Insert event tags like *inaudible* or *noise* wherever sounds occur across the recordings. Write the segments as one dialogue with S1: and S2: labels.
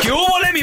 S1: ¿Qué hubo, le, mi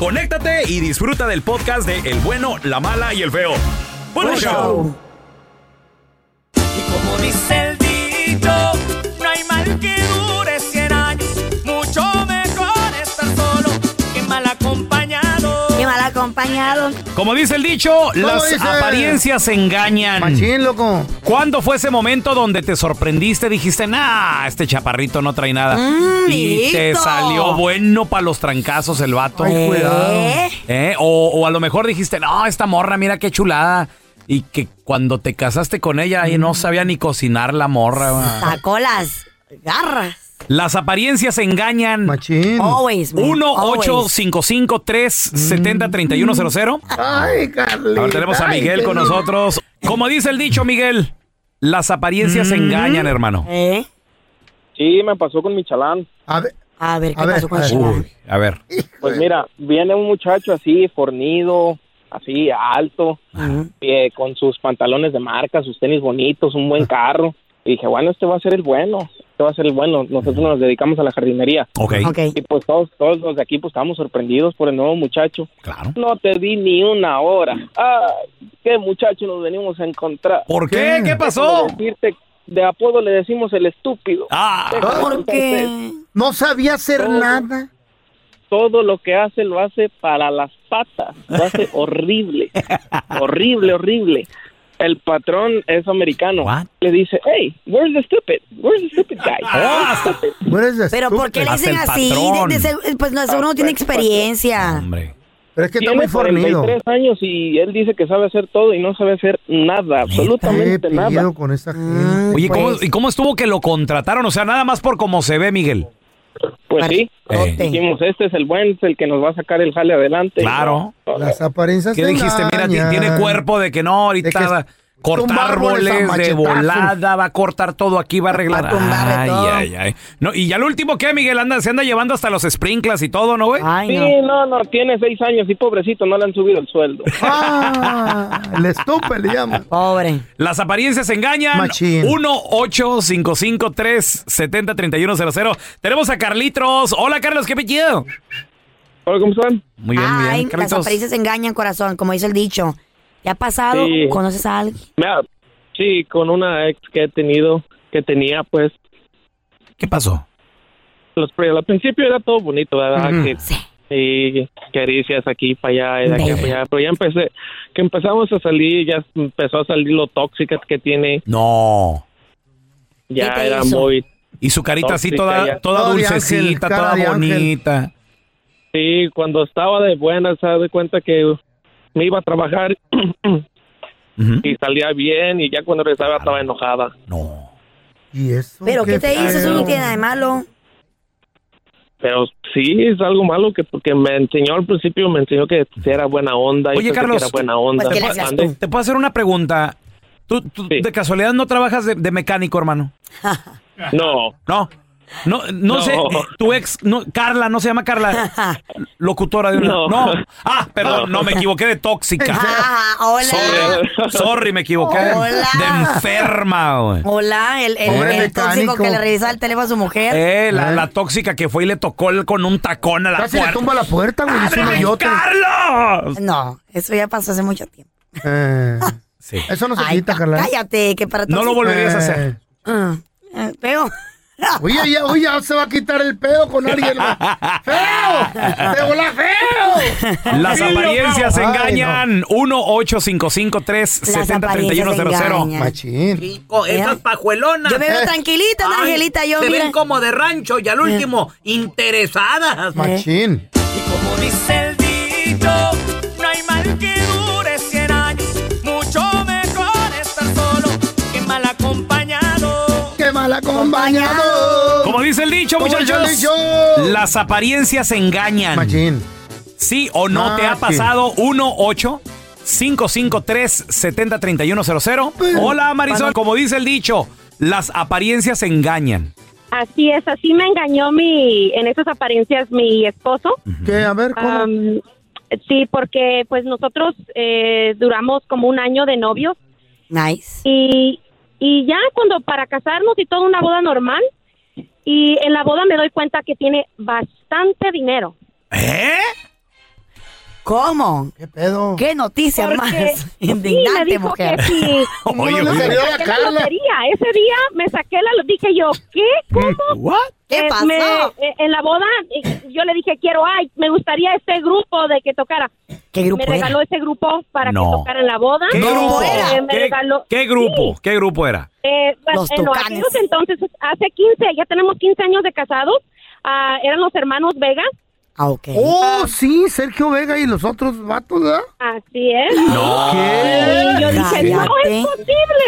S1: conéctate y disfruta del podcast de El bueno, la mala y el feo. ¡Buen
S2: Buen
S1: show!
S2: Y como dice el dicho, no hay mal que dure 100 años. Mucho mejor estar solo que mal acompañado.
S3: Qué mal acompañado.
S1: Como dice el dicho, las
S4: dice?
S1: apariencias engañan.
S4: Machín, loco.
S1: ¿Cuándo fue ese momento donde te sorprendiste, dijiste, nah, este chaparrito no trae nada?
S3: Mm,
S1: y te
S3: mijito.
S1: salió bueno para los trancazos el vato.
S4: Ay, cuidado.
S3: ¿Eh?
S1: ¿Eh? O, o a lo mejor dijiste, no, esta morra, mira qué chulada. Y que cuando te casaste con ella, ay, no sabía ni cocinar la morra. va.
S3: Sacó las garras.
S1: Las apariencias engañan.
S4: Machín.
S3: Always, man. always.
S1: 1-855-370-3100.
S4: Ay, Carlita.
S1: Ahora tenemos a
S4: ay,
S1: Miguel
S4: qué
S1: con
S4: lindo.
S1: nosotros. Como dice el dicho, Miguel, las
S4: Mm.
S1: apariencias engañan, hermano.
S3: ¿Eh?
S5: Sí, me pasó con mi chalán.
S4: A ver,
S3: A ver, ¿qué
S4: A ver,
S3: pasó con
S4: a ver.
S3: Sheila?
S1: Uy, a ver.
S5: Pues mira, viene un muchacho así, fornido, así, alto,
S4: Mm.
S5: eh, con sus pantalones de marca, sus tenis bonitos, un
S1: *laughs*
S5: buen carro. Y dije, bueno, este va a ser el bueno, este va a ser el bueno. Nosotros nos dedicamos a la jardinería.
S1: Ok,
S3: Ok.
S5: Y pues todos, todos los de aquí pues estábamos sorprendidos por el nuevo muchacho.
S1: claro.
S5: No te di ni una hora. Ah, qué muchacho nos venimos a encontrar.
S1: ¿Por qué? ¿Qué pasó?
S5: Déjame decirte, de apodo le decimos el estúpido.
S1: Ah,
S5: Déjame
S3: ¿Por
S5: contarte.
S3: qué?
S4: no sabía hacer
S5: Todo.
S4: nada.
S5: todo lo que hace lo hace para las patas, lo
S1: *laughs*
S5: hace horrible, horrible, horrible. El patrón es americano.
S1: What?
S5: Le dice, hey, where's the stupid? Where's the stupid guy?
S1: *laughs* Oh, hasta-
S4: Eres de
S3: Pero ¿por qué le
S1: Hasta
S3: dicen
S1: el
S3: así?
S1: patrón.
S3: De- de ser- pues no, seguro no tiene experiencia.
S2: pues,
S1: hombre.
S4: Pero es que está
S5: Tiene
S4: muy fornido.
S5: 43 años y él dice que sabe hacer todo y no sabe hacer nada, absolutamente
S4: Qué
S5: nada.
S4: pedo con esa gente.
S1: Oye, ¿cómo,
S3: Ah, Pues-
S1: ¿y cómo estuvo que lo contrataron? O sea, nada más por cómo se ve, Miguel.
S5: Pues sí,
S1: Eh,
S3: Sí.
S5: dijimos, este es el buen, es el que nos va a sacar el jale adelante.
S1: claro.
S4: Las apariencias
S1: ¿Qué dijiste? este, Mira, ti-
S4: engañan.
S1: tiene cuerpo de que no, ahorita
S4: De que
S1: va a cortar
S4: tumba árboles a
S1: árboles de
S4: machetazos.
S1: volada, va a cortar todo aquí, va a arreglar.
S3: Va a tumbar de todo.
S1: ay, ay. No, y ya lo último que, Miguel, anda, se anda llevando hasta los sprinklas y todo, ¿no, güey?
S3: Ay,
S5: Sí,
S3: no.
S5: no, no, tiene seis años y pobrecito, no le han subido el sueldo.
S4: Ah, el estúpido le llaman.
S3: Pobre.
S1: Las apariencias engañan.
S4: Machín.
S1: 1-855-370-3100. Tenemos a Carlitos. Hola, Carlos, qué pedido.
S5: Hola, ¿cómo están?
S1: Muy
S2: pues,
S1: bien, muy
S3: Ay,
S1: bien.
S3: las
S1: Carlitos.
S3: apariencias engañan, corazón, como dice el dicho. ¿Te ha pasado?
S5: Sí.
S3: ¿Conoces a alguien?
S5: Mira, sí, con una ex que he tenido, que tenía pues
S1: ¿Qué pasó?
S5: los pre- al principio era todo bonito, ¿verdad?
S4: Ujú.
S5: Que-
S3: Sí.
S5: y caricias aquí para allá, y de aquí
S3: Ve.
S5: para allá, pero ya empecé, que empezamos a salir, ya empezó a salir lo tóxicas que tiene,
S1: No.
S5: ya
S3: te
S5: era
S3: hizo?
S5: muy
S1: Y su carita así
S5: Tóxica
S1: toda,
S5: ya.
S1: toda
S4: Todo de ángel,
S1: dulcecita,
S4: cara
S1: toda
S4: de ángel.
S1: bonita.
S5: Sí, cuando estaba de buena, se de cuenta que me iba a trabajar *clears throat*
S1: Ujú.
S5: y salía bien y ya cuando regresaba estaba enojada.
S1: No.
S4: ¿Y eso?
S3: ¿Pero qué te hizo? Eso no
S4: feo.
S3: tiene nada de malo.
S5: Pero sí, es algo malo que porque me enseñó al principio, me enseñó que era buena onda. yo
S1: Oye,
S5: pensé que
S1: Carlos,
S5: era buena onda.
S3: pues, ¿qué le hacías
S5: Ande.
S3: tú?
S1: Te puedo hacer una pregunta. ¿Tú, tú
S5: Sí.
S1: de casualidad no trabajas de, de mecánico, hermano?
S5: No,
S1: No. No, no,
S5: No.
S1: sé, eh, tu ex, no, Carla, no se llama
S3: *laughs*
S1: Carla, locutora de una. No.
S5: No.
S1: Ah, perdón, no, me equivoqué de tóxica.
S3: Ah, hola.
S1: Sorry, sorry, me equivoqué.
S3: Hola.
S1: De enferma, güey.
S3: Hola, el, el,
S4: Pobre
S3: el tóxico
S4: mecánico.
S3: que le revisaba el teléfono a su mujer.
S1: Eh, la, la tóxica que fue y le tocó el- con un tacón a la
S4: Casi le
S1: puerta.
S4: tumba la puerta, güey. le hizo un
S1: ¡Ábreme,
S4: hoyote.
S1: Carlos!
S3: No, eso ya pasó hace mucho tiempo.
S4: Eh,
S1: Sí.
S4: Eso no se
S3: Ay,
S4: quita,
S3: ca-
S4: Carla.
S3: cállate, que para
S1: No lo
S3: tóxico-
S1: volverías a hacer.
S4: Eh,
S3: Ah, eh,
S4: *laughs*
S3: Veo.
S4: Oye, ya, oye, ya se va a quitar el pedo con alguien. güey. ¡Feo! ¡Te volá feo!
S1: *laughs* Las
S4: Sí, lo
S1: apariencias
S4: acabo. Ay,
S1: engañan. 1-855-370-3100.
S3: engañan.
S4: no. Machín.
S3: estas
S1: pajuelonas.
S3: Yo me
S4: Eh.
S3: veo tranquilita, una angelita. Yo, mira.
S1: como de rancho y al último, interesadas.
S4: Eh. Machín.
S2: Y como dice el dicho, no hay mal que dure 100 años. Mucho mejor estar solo que mal acompañado.
S4: ¡Qué mal acompañado!
S1: Como dice el dicho,
S4: Como
S1: muchachos.
S4: dice el dicho.
S1: Las apariencias engañan.
S4: Machín.
S1: Sí o no te ha
S4: Machín.
S1: pasado 1-8.
S4: Pues,
S1: 553-703100. Hola Marisol, como dice el dicho, las apariencias engañan.
S6: Así es, así me engañó mi, en esas apariencias mi esposo.
S4: ¿Qué? A ver, ¿cómo?
S6: Am, sí, porque pues nosotros eh, duramos como un año de novios
S3: Nice.
S6: y, y ya cuando para casarnos y toda una boda normal y en la boda me doy cuenta que tiene bastante dinero.
S1: ¿Eh?
S3: ¿Cómo?
S4: ¿Qué pedo?
S3: ¿Qué noticia más
S6: Porque sí, me
S3: indignante,
S6: dijo *laughs*
S3: mujer?
S6: que
S3: *laughs*
S6: sí.
S1: Oye,
S4: no,
S1: oye.
S4: serio?
S6: Saqué la
S4: Carla.
S6: lotería. Ese día me saqué la lo- dije yo, ¿qué? ¿Cómo?
S1: ¿What?
S3: ¿Qué
S6: Eh,
S3: pasó?
S6: me- eh, en la boda eh, yo le dije, quiero, ay, me gustaría este grupo de que tocara.
S3: ¿Qué grupo
S6: me regaló
S3: era?
S6: ese grupo para
S1: No.
S6: que tocaran la boda.
S1: ¿Qué
S3: No,
S1: grupo?
S3: era.
S6: Eh, me
S1: ¿Qué,
S6: regaló-
S1: qué grupo?
S6: Sí.
S1: ¿Qué grupo era?
S6: Eh, pues,
S3: Los
S6: en los
S3: Tucanes.
S6: aquellos entonces, hace 15, ya tenemos 15 años de casados. Ah, eran los hermanos Vega.
S3: Ah, ok.
S4: Oh, sí, Sergio Vega y los otros vatos, ¿verdad?
S6: Así es.
S1: No.
S6: Y yo dije, no
S3: Cállate.
S6: es posible.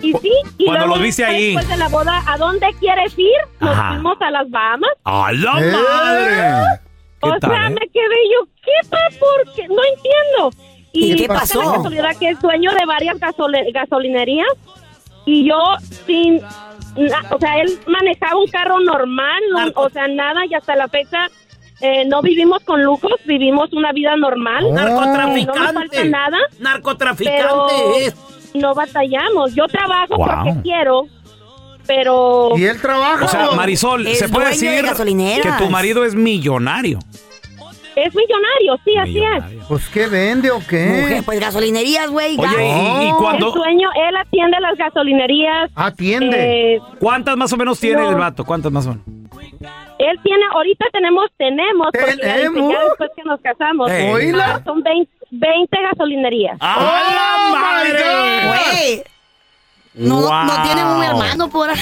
S6: Y sí. Y
S1: Cuando
S6: luego
S1: los viste
S6: después,
S1: ahí.
S6: Después de la boda, ¿a dónde quieres ir? Nos
S1: Ajá.
S6: fuimos a las Bahamas.
S1: ¡A la
S4: ¡Eh!
S1: madre! ¿Qué
S6: O
S1: tal,
S6: sea,
S1: eh?
S6: me quedé yo, ¿qué pa? ¿Por qué? No entiendo.
S3: ¿Y
S6: Y
S3: qué
S6: fíjate
S3: pasó?
S6: La casualidad que es dueño de varias gasole- gasolinerías y yo sin... na- o sea, él manejaba un carro normal, no- o sea, nada, y hasta la fecha eh, no vivimos con lujos, vivimos una vida normal.
S4: Oh.
S6: No nos falta nada, pero no batallamos. Yo trabajo
S1: Wow.
S6: porque quiero, pero...
S4: Y él trabaja.
S1: O sea,
S4: ¿no?
S1: Marisol,
S3: Es
S1: se puede
S3: dueño de
S1: decir que
S3: gasolineras.
S1: tu marido es millonario.
S6: Es millonario, sí, así es.
S1: Millonario.
S4: Pues, ¿qué vende o qué?
S3: Mujer, pues gasolinerías, güey. gas.
S1: Oye, y- y,
S4: No.
S6: El
S1: cuando,
S6: dueño, él atiende las gasolinerías.
S4: Atiende.
S6: eh,
S1: cuántas más o menos tiene
S6: No.
S1: el vato? ¿Cuántas más o menos?
S6: Él tiene, ahorita tenemos, tenemos, porque ya dice,
S4: ¿Tenemos?
S6: ya después que nos casamos,
S1: Eh.
S4: Oíla.
S6: son 20, 20 gasolinerías.
S1: ¡A
S4: Oh,
S1: la madre!
S3: Güey. No, no- no
S1: Wow.
S3: tiene un hermano
S1: *laughs*
S3: por ahí.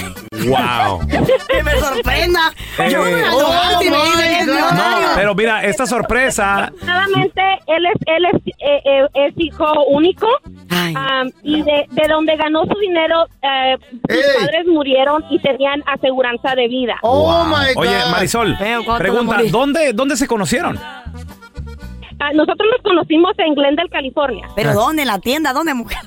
S1: ¡Wow!
S3: Que me sorprenda.
S1: Eh.
S3: Yo me la
S4: Oh,
S3: nomás y me
S4: my
S3: dicen que es
S4: God.
S3: millonario.
S1: No, pero mira, esta sorpresa.
S6: Afortunadamente, él es, él es, eh, eh, es hijo único
S3: Ay.
S6: am, y de, de donde ganó su dinero, eh, sus
S4: Ey.
S6: padres murieron y tenían aseguranza de vida.
S4: Oh,
S1: Wow.
S4: my God.
S1: Oye, Marisol,
S3: Veo cuánto
S1: pregunta,
S3: me morí.
S1: ¿dónde, ¿dónde se conocieron?
S6: Ah, nosotros nos conocimos en Glendale, California.
S3: ¿Pero dónde? ¿En la tienda? ¿Dónde, mujer?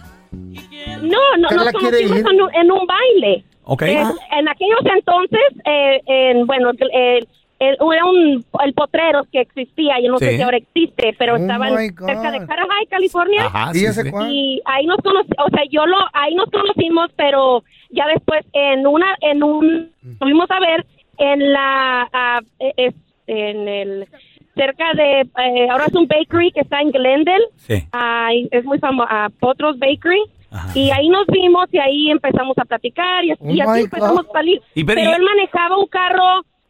S6: No, no
S4: Carla
S6: nos
S4: quiere
S6: conocimos
S4: ir. Ah.
S6: en un, en un baile.
S1: Ok.
S6: Eh, en aquellos entonces, eh, en- bueno, el, el- era un, el potrero que existía, yo no
S1: Sí.
S6: sé si ahora existe, pero
S4: Oh
S6: estaba
S4: my
S6: en-
S4: God.
S6: cerca de Carajay, California.
S1: Ajá,
S4: ¿Y
S1: sí,
S4: ese
S1: sí.
S4: cuál?
S6: Y ahí nos conoci o sea, yo lo, ahí nos conocimos, pero ya después en una, en un,
S4: Mm.
S6: fuimos a ver en la, ah, eh, es- en el, cerca de, eh, ahora es un bakery que está en Glendale,
S1: Sí.
S6: Ay, es muy famoso, Potros Bakery.
S1: Ajá.
S6: Y ahí nos vimos y ahí empezamos a platicar y,
S4: Oh
S6: y
S4: my
S6: así empezamos
S4: God.
S6: a salir.
S1: Y pero-
S6: pero,
S1: y-
S6: él manejaba un carro.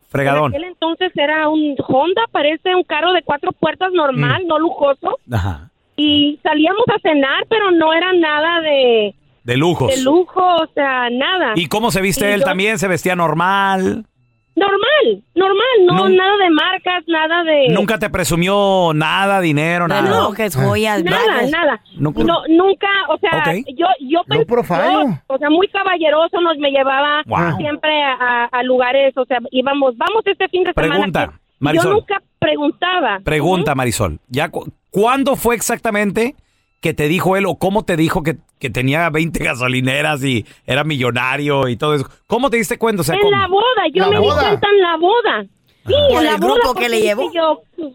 S1: Fregadón.
S6: En aquel entonces era un Honda, parece un carro de cuatro puertas
S1: Mm.
S6: normal, no lujoso.
S1: Ajá.
S6: Y salíamos a cenar, pero no era nada de
S1: De lujos.
S6: de lujo, o sea, nada.
S1: ¿Y cómo se viste
S6: Y
S1: él
S6: yo-
S1: también? ¿Se vestía normal?
S6: Normal, normal, no,
S1: Nun-
S6: nada de marcas, nada de...
S1: ¿Nunca te presumió nada, dinero, nada?
S3: Relojes, joyas,
S6: Nada,
S3: bragas.
S6: nada.
S1: Nunca-
S6: No, nunca, o sea,
S1: Ok.
S6: yo, yo,
S4: No profano.
S6: yo, o sea, muy caballeroso nos me llevaba
S1: Wow.
S6: siempre a, a lugares, o sea, íbamos, vamos este fin de
S1: Pregunta,
S6: semana. que-
S1: Marisol.
S6: Yo nunca ¿Mm? preguntaba.
S1: Pregunta, Marisol. ¿ya cu- ¿Cuándo fue exactamente que te dijo él o cómo te dijo que, que tenía 20 gasolineras y era millonario y todo eso? ¿Cómo te diste cuenta? O sea,
S6: en
S1: ¿cómo? Ah.
S6: la boda, yo
S4: La
S6: me
S4: boda.
S6: di cuenta en la boda. Sí,
S3: Por
S6: en la boda.
S3: el grupo que
S6: porque
S3: le llevó.
S6: dije yo, pues,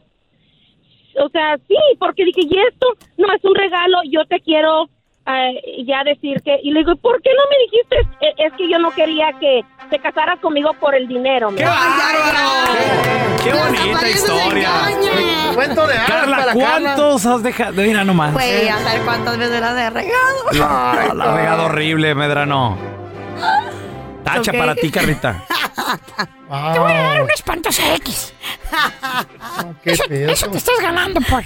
S6: o sea, sí, porque dije, y esto no es un regalo, yo te quiero eh, ya decir que. Y le digo, ¿por qué no me dijiste? "Eh, Es, que yo no quería que te casaras conmigo por el dinero. me
S1: ¡Qué
S6: dijo.
S1: bárbaro! ¡Qué bonita historia!
S4: Cuento de hadas
S1: Carla,
S4: para
S1: ¿cuántos has dejado? Mira nomás.
S3: Pues,
S7: Güey, Pues, a saber cuántas veces las he
S4: *laughs*
S7: regado.
S1: Ah, la regada horrible, Medrano. Tacha
S3: Ok.
S1: para
S7: *laughs*
S1: ti, Carlita.
S4: Carla. Wow,
S7: Una espantosa X.
S4: Ah, qué
S7: Eso,
S4: pedo.
S7: eso te estás ganando por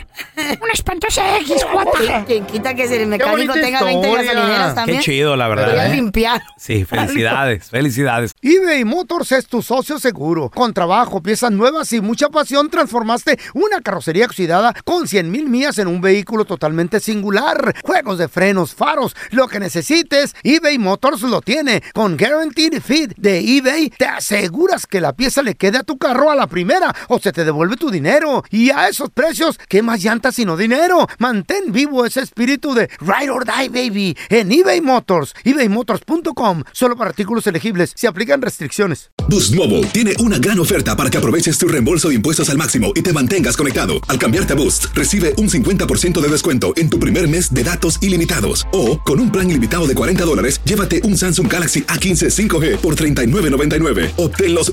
S7: una espantosa X, cuata.
S3: Quien quita que si el mecánico
S4: bonita
S3: tenga 20
S4: historia.
S3: gasolineras
S1: Ah, Qué
S3: también.
S1: chido, la
S3: Voy a
S1: verdad. ¿eh?
S3: limpiar.
S1: Sí, felicidades, felicidades.
S4: eBay Motors es tu socio seguro. Con trabajo, piezas nuevas y mucha pasión, transformaste una carrocería oxidada con 100 mil millas en un vehículo totalmente singular. Juegos de frenos, faros, lo que necesites, eBay Motors lo tiene. Con Guaranteed Fit de eBay, te aseguras que la pieza le quede a tu carro a la primera o se te devuelve tu dinero. Y a esos precios, ¿qué más llantas sino dinero? Mantén vivo ese espíritu de Ride or Die, baby, en eBay Motors. ebaymotors.com, solo para artículos elegibles. Se aplican restricciones.
S8: Boost Mobile tiene una gran oferta para que aproveches tu reembolso de impuestos al máximo y te mantengas conectado. Al cambiarte a Boost, recibe un 50% de descuento en tu primer mes de datos ilimitados. O, con un plan ilimitado de 40 dólares, llévate un Samsung Galaxy A15 5G por $39.99. Obtén los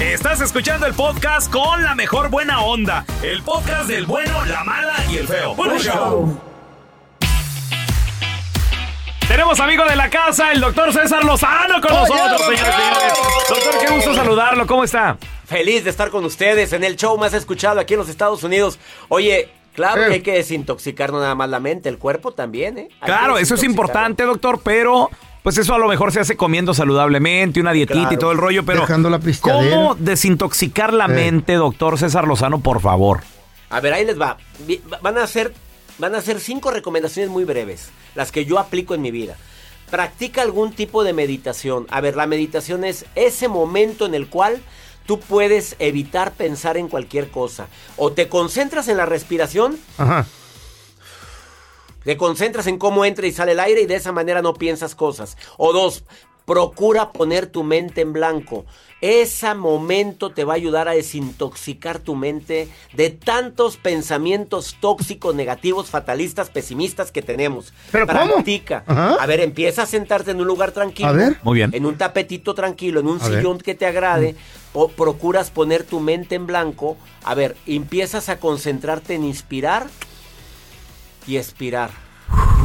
S1: Estás escuchando el podcast con la mejor buena onda. El podcast del bueno, la mala y el feo. Bueno, show. Tenemos amigo de la casa, el doctor César Lozano con nosotros, señores y señores. Doctor, qué gusto saludarlo. ¿Cómo está?
S2: Feliz de estar con ustedes en el show más escuchado aquí en los Estados Unidos. Oye,
S1: Eh.
S2: claro que hay que desintoxicar no nada más la mente, el cuerpo también, ¿eh? Hay que
S1: Claro, eso es
S2: desintoxicarlo.
S1: importante, doctor, pero pues eso a lo mejor se hace comiendo saludablemente, una dietita y
S2: Claro.
S1: todo el rollo, pero
S4: Dejando la pisteadera.
S1: ¿cómo desintoxicar la
S4: Eh.
S1: mente, doctor César Lozano, por favor?
S2: A ver, ahí les va. Vi- va- Van a ser, van a ser cinco recomendaciones muy breves, las que yo aplico en mi vida. Practica algún tipo de meditación. A ver, la meditación es ese momento en el cual tú puedes evitar pensar en cualquier cosa. O te concentras en la respiración
S4: Ajá.
S2: Te concentras en cómo entra y sale el aire y de esa manera no piensas cosas. O dos, procura poner tu mente en blanco. Ese momento te va a ayudar a desintoxicar tu mente de tantos pensamientos tóxicos, negativos, fatalistas, pesimistas que tenemos.
S4: ¿Pero cómo?
S2: Practica.
S4: Ajá.
S2: A ver, empieza a sentarte en un lugar tranquilo.
S4: A ver.
S1: Muy bien.
S2: En un tapetito tranquilo, en un
S4: A ver. Mm.
S2: sillón que te agrade. po- procuras poner tu mente en blanco. A ver, empiezas a concentrarte en inspirar y expirar.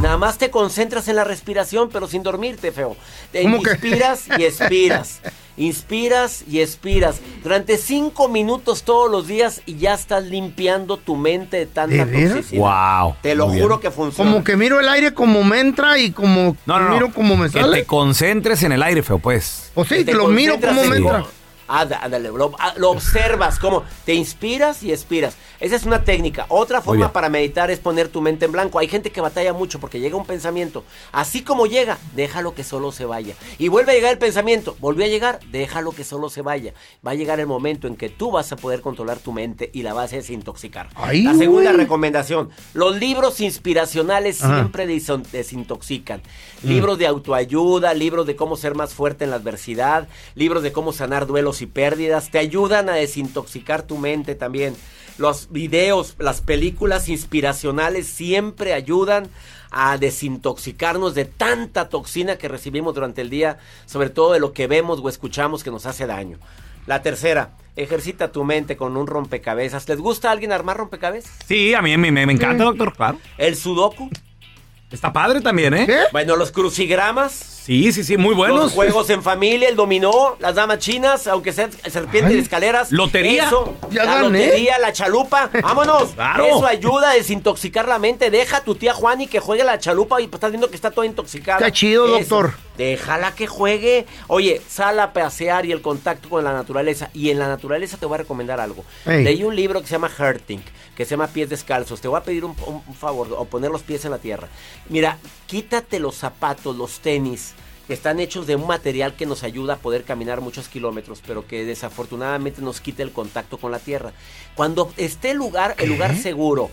S2: Nada más te concentras en la respiración, pero sin dormirte, feo. Te
S4: ¿Cómo que?
S2: inspiras
S4: *laughs*
S2: y expiras. Inspiras y expiras. Durante cinco minutos todos los días y ya estás limpiando tu mente de tanta
S4: ¿De veras?
S2: toxicidad.
S1: Wow.
S2: Te lo
S1: Muy bien.
S2: juro que funciona.
S4: Como que miro el aire como me entra y como
S1: No, no, no.
S4: miro como me
S1: que
S4: sale.
S1: te concentres en el aire, feo, pues.
S4: O sí,
S2: te
S4: que lo miro
S2: concentras
S4: como
S2: en
S4: me
S2: cómo-
S4: entra.
S2: Anda- ándale, lo, ah, lo observas, como te inspiras y expiras. Esa es una técnica. Otra
S1: bien.
S2: forma para meditar es poner tu mente en blanco. Hay gente que batalla mucho porque llega un pensamiento. Así como llega, déjalo que solo se vaya. Y vuelve a llegar el pensamiento, volvió a llegar, déjalo que solo se vaya. Va a llegar el momento en que tú vas a poder controlar tu mente y la vas a desintoxicar.
S4: Ay,
S2: la segunda
S4: güey.
S2: recomendación, los libros inspiracionales
S4: Ajá.
S2: siempre siempre dison- desintoxican. Libros de autoayuda, libros de cómo ser más fuerte en la adversidad, libros de cómo sanar duelos logros y pérdidas te ayudan a desintoxicar tu mente también. Los videos, las películas inspiracionales siempre ayudan a desintoxicarnos de tanta toxina que recibimos durante el día, sobre todo de lo que vemos o escuchamos que nos hace daño. La tercera, ejercita tu mente con un rompecabezas. ¿Les gusta a alguien armar rompecabezas?
S1: Sí, a mí me, me- me encanta,
S4: Mm.
S1: doctor, claro.
S2: El sudoku.
S1: Está padre también, ¿eh?
S2: Bueno, los crucigramas.
S1: Sí, sí, sí, muy buenos.
S2: Los juegos en familia, el dominó, las damas chinas, aunque sean serpientes
S1: Ay.
S2: de escaleras.
S1: Lotería.
S2: Eso,
S1: Ya
S2: la
S1: gané.
S2: lotería, la chalupa. Vámonos.
S1: Claro.
S2: Eso ayuda a desintoxicar la mente. Deja a tu tía Juani que juegue la chalupa y pues, estás viendo que está toda intoxicada.
S4: Está chido,
S2: Eso.
S4: doctor.
S2: Déjala que juegue. Oye, sal a pasear y el contacto con la naturaleza. Y en la naturaleza te voy a recomendar algo.
S4: Ey.
S2: Leí un libro que se llama Hurting, que se llama Pies Descalzos. Te voy a pedir un, un- un favor, o poner los pies en la tierra. Mira, quítate los zapatos, los tenis, que están hechos de un material que nos ayuda a poder caminar muchos kilómetros, pero que desafortunadamente nos quita el contacto con la tierra. Cuando esté el lugar, el lugar seguro,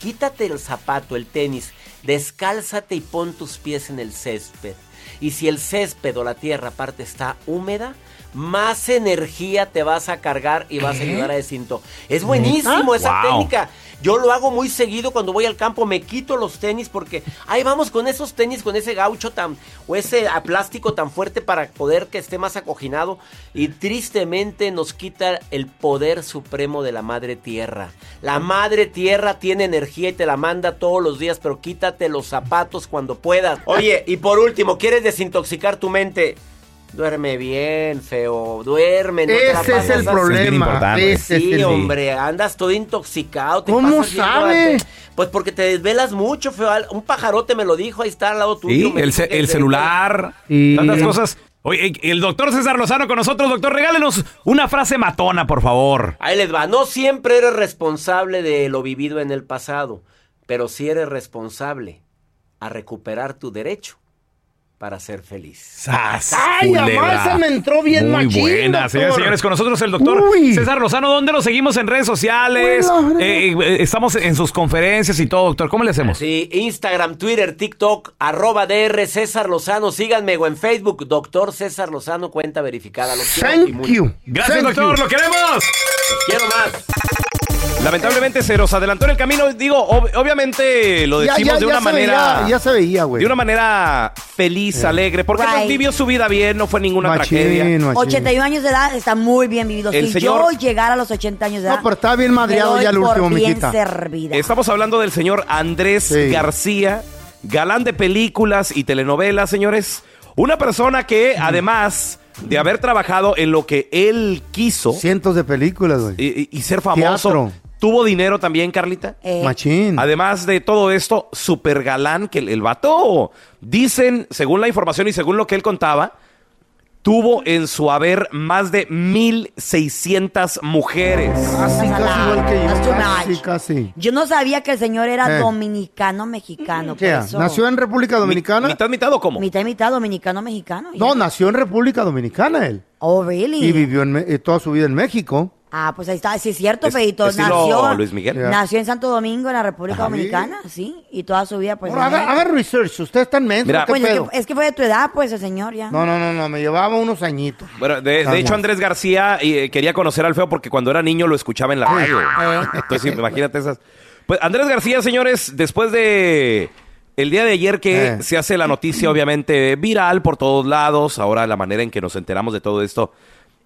S2: Quítate el zapato, el tenis, descálzate y pon tus pies en el césped. Y si el césped o la tierra aparte está húmeda, más energía te vas a cargar y vas a
S1: ¿Qué?
S2: ayudar a desinto. Es buenísimo
S1: ¿Neta?
S2: esa
S1: Wow.
S2: técnica. Yo lo hago muy seguido cuando voy al campo, me quito los tenis porque ahí vamos con esos tenis, con ese gaucho tan o ese a plástico tan fuerte para poder que esté más acoginado y tristemente nos quita el poder supremo de la madre tierra. La madre tierra tiene energía y te la manda todos los días, pero quítate los zapatos cuando puedas. Oye, y por último, ¿quieres desintoxicar tu mente? Duerme bien, feo. Duerme. te la
S4: Ese es
S2: pases
S4: el
S2: así.
S4: problema, ese es
S2: sí,
S4: el-
S2: hombre, andas todo intoxicado. te
S4: ¿Cómo
S2: pasas bien
S4: sabe?
S2: durante- Pues porque te desvelas mucho, feo. Al- Un pajarote me lo dijo, ahí está al lado tuyo. "Este,
S1: Sí, el, ce- el celular, tantas cosas. Oye, el doctor César Lozano con nosotros. Doctor, regálenos una frase matona, por favor.
S2: Ahí les va. No siempre eres responsable de lo vivido en el pasado, pero sí eres responsable a recuperar tu derecho para ser feliz.
S1: ¡Sas,
S4: Ay,
S1: culebra!
S4: amá, esa me entró bien
S1: Muy
S4: machín,
S1: buena,
S4: doctor.
S1: señores, señores. Con nosotros el doctor
S4: Uy.
S1: César Lozano. ¿Dónde lo seguimos en redes sociales?
S4: Bueno,
S1: Eh, eh, estamos en sus conferencias y todo, doctor. ¿Cómo le hacemos?
S2: Sí, Instagram, Twitter, TikTok, arroba DR César Lozano. Síganme o en Facebook, Doctor César Lozano, cuenta verificada. Los quiero y
S4: Thank
S2: mucho.
S4: you.
S1: Gracias,
S4: Thank
S1: doctor.
S4: you.
S1: ¡Lo queremos!
S2: Quiero más.
S1: Lamentablemente se nos adelantó en el camino. Digo, ob- obviamente lo
S4: Ya,
S1: decimos
S4: ya, ya
S1: de una
S4: se
S1: manera.
S4: veía, ya se veía, güey.
S1: De una manera feliz, alegre, porque
S3: Right.
S1: pues, vivió su vida bien, no fue ninguna
S4: Machín,
S1: tragedia.
S4: machín.
S3: 81 años de edad está muy bien vivido.
S1: El
S3: si
S1: señor-
S3: yo llegara a los 80 años de edad.
S4: No, pero estaba bien
S3: me
S4: madreado
S3: doy
S4: ya el
S3: por
S4: último,
S3: bien
S4: mijita.
S3: servida.
S1: Estamos hablando del señor Andrés
S4: Sí.
S1: García, galán de películas y telenovelas, señores. Una persona que, además de haber trabajado en lo que él quiso
S4: Cientos de películas, güey.
S1: y, y- y ser famoso,
S4: Teatro.
S1: tuvo dinero también, Carlita.
S3: Eh,
S4: Machín.
S1: Además de todo esto, super galán que el, el vato, dicen, según la información y según lo que él contaba, tuvo en su haber más de 1.600 mujeres.
S4: Ah, Casi,
S3: That's a
S4: casi
S3: lot.
S4: igual que
S3: That's
S4: yo.
S3: too
S4: Casi,
S3: much.
S4: casi.
S3: Yo no sabía que el señor era
S4: Eh.
S3: dominicano-mexicano.
S4: O sea, nació en República Dominicana.
S1: Mi- ¿Mitad, mitad o cómo?
S3: Mitad y mitad dominicano-mexicano. ya.
S4: No, nació en República Dominicana él.
S3: Oh, really?
S4: Y vivió en Me- eh, toda su vida en México.
S3: Ah, pues ahí está. Sí, es cierto,
S1: Es-
S3: Feito.
S1: estilo
S3: Nació,
S1: Luis Miguel.
S4: Ya.
S3: nació en Santo Domingo, en la República
S4: Ajá.
S3: Dominicana, sí. Y toda su vida, pues.
S4: Bueno, haga,
S3: en-
S4: haga research, usted está en menso,
S1: Mira.
S4: ¿qué
S3: Bueno, es
S4: pedo?
S3: que, es que fue de tu edad, pues, el señor ya.
S4: No, no, no, no, me llevaba unos añitos.
S1: Bueno, de, de hecho, Andrés García eh, quería conocer al feo porque cuando era niño lo escuchaba en la radio. *laughs* Entonces, imagínate esas. Pues Andrés García, señores, después de el día de ayer que
S4: Eh.
S1: se hace la noticia, obviamente, viral por todos lados, ahora la manera en que nos enteramos de todo esto,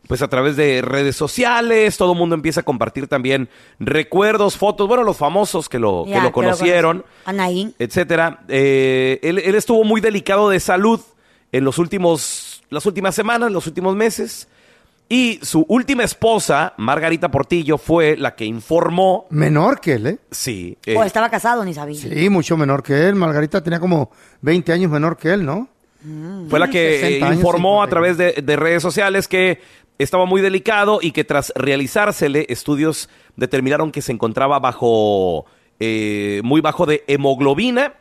S1: pues a través de redes sociales, todo el mundo empieza a compartir también recuerdos, fotos, bueno, los famosos que lo,
S3: Ya,
S1: que lo conocieron
S3: conocí. Anaí.
S1: etcétera. Eh, él, él estuvo muy delicado de salud en los últimos, las últimas semanas, los últimos meses. Y su última esposa, Margarita Portillo, fue la que informó.
S4: Menor que él, ¿eh?
S1: Sí. eh,
S3: O estaba casado, ni sabía.
S4: Sí, mucho menor que él. Margarita tenía como 20 años menor que él, ¿no?
S1: fue la que
S4: 60 años,
S1: informó
S4: 50
S1: a través de, de redes sociales que estaba muy delicado y que tras realizársele estudios determinaron que se encontraba bajo eh, muy bajo de hemoglobina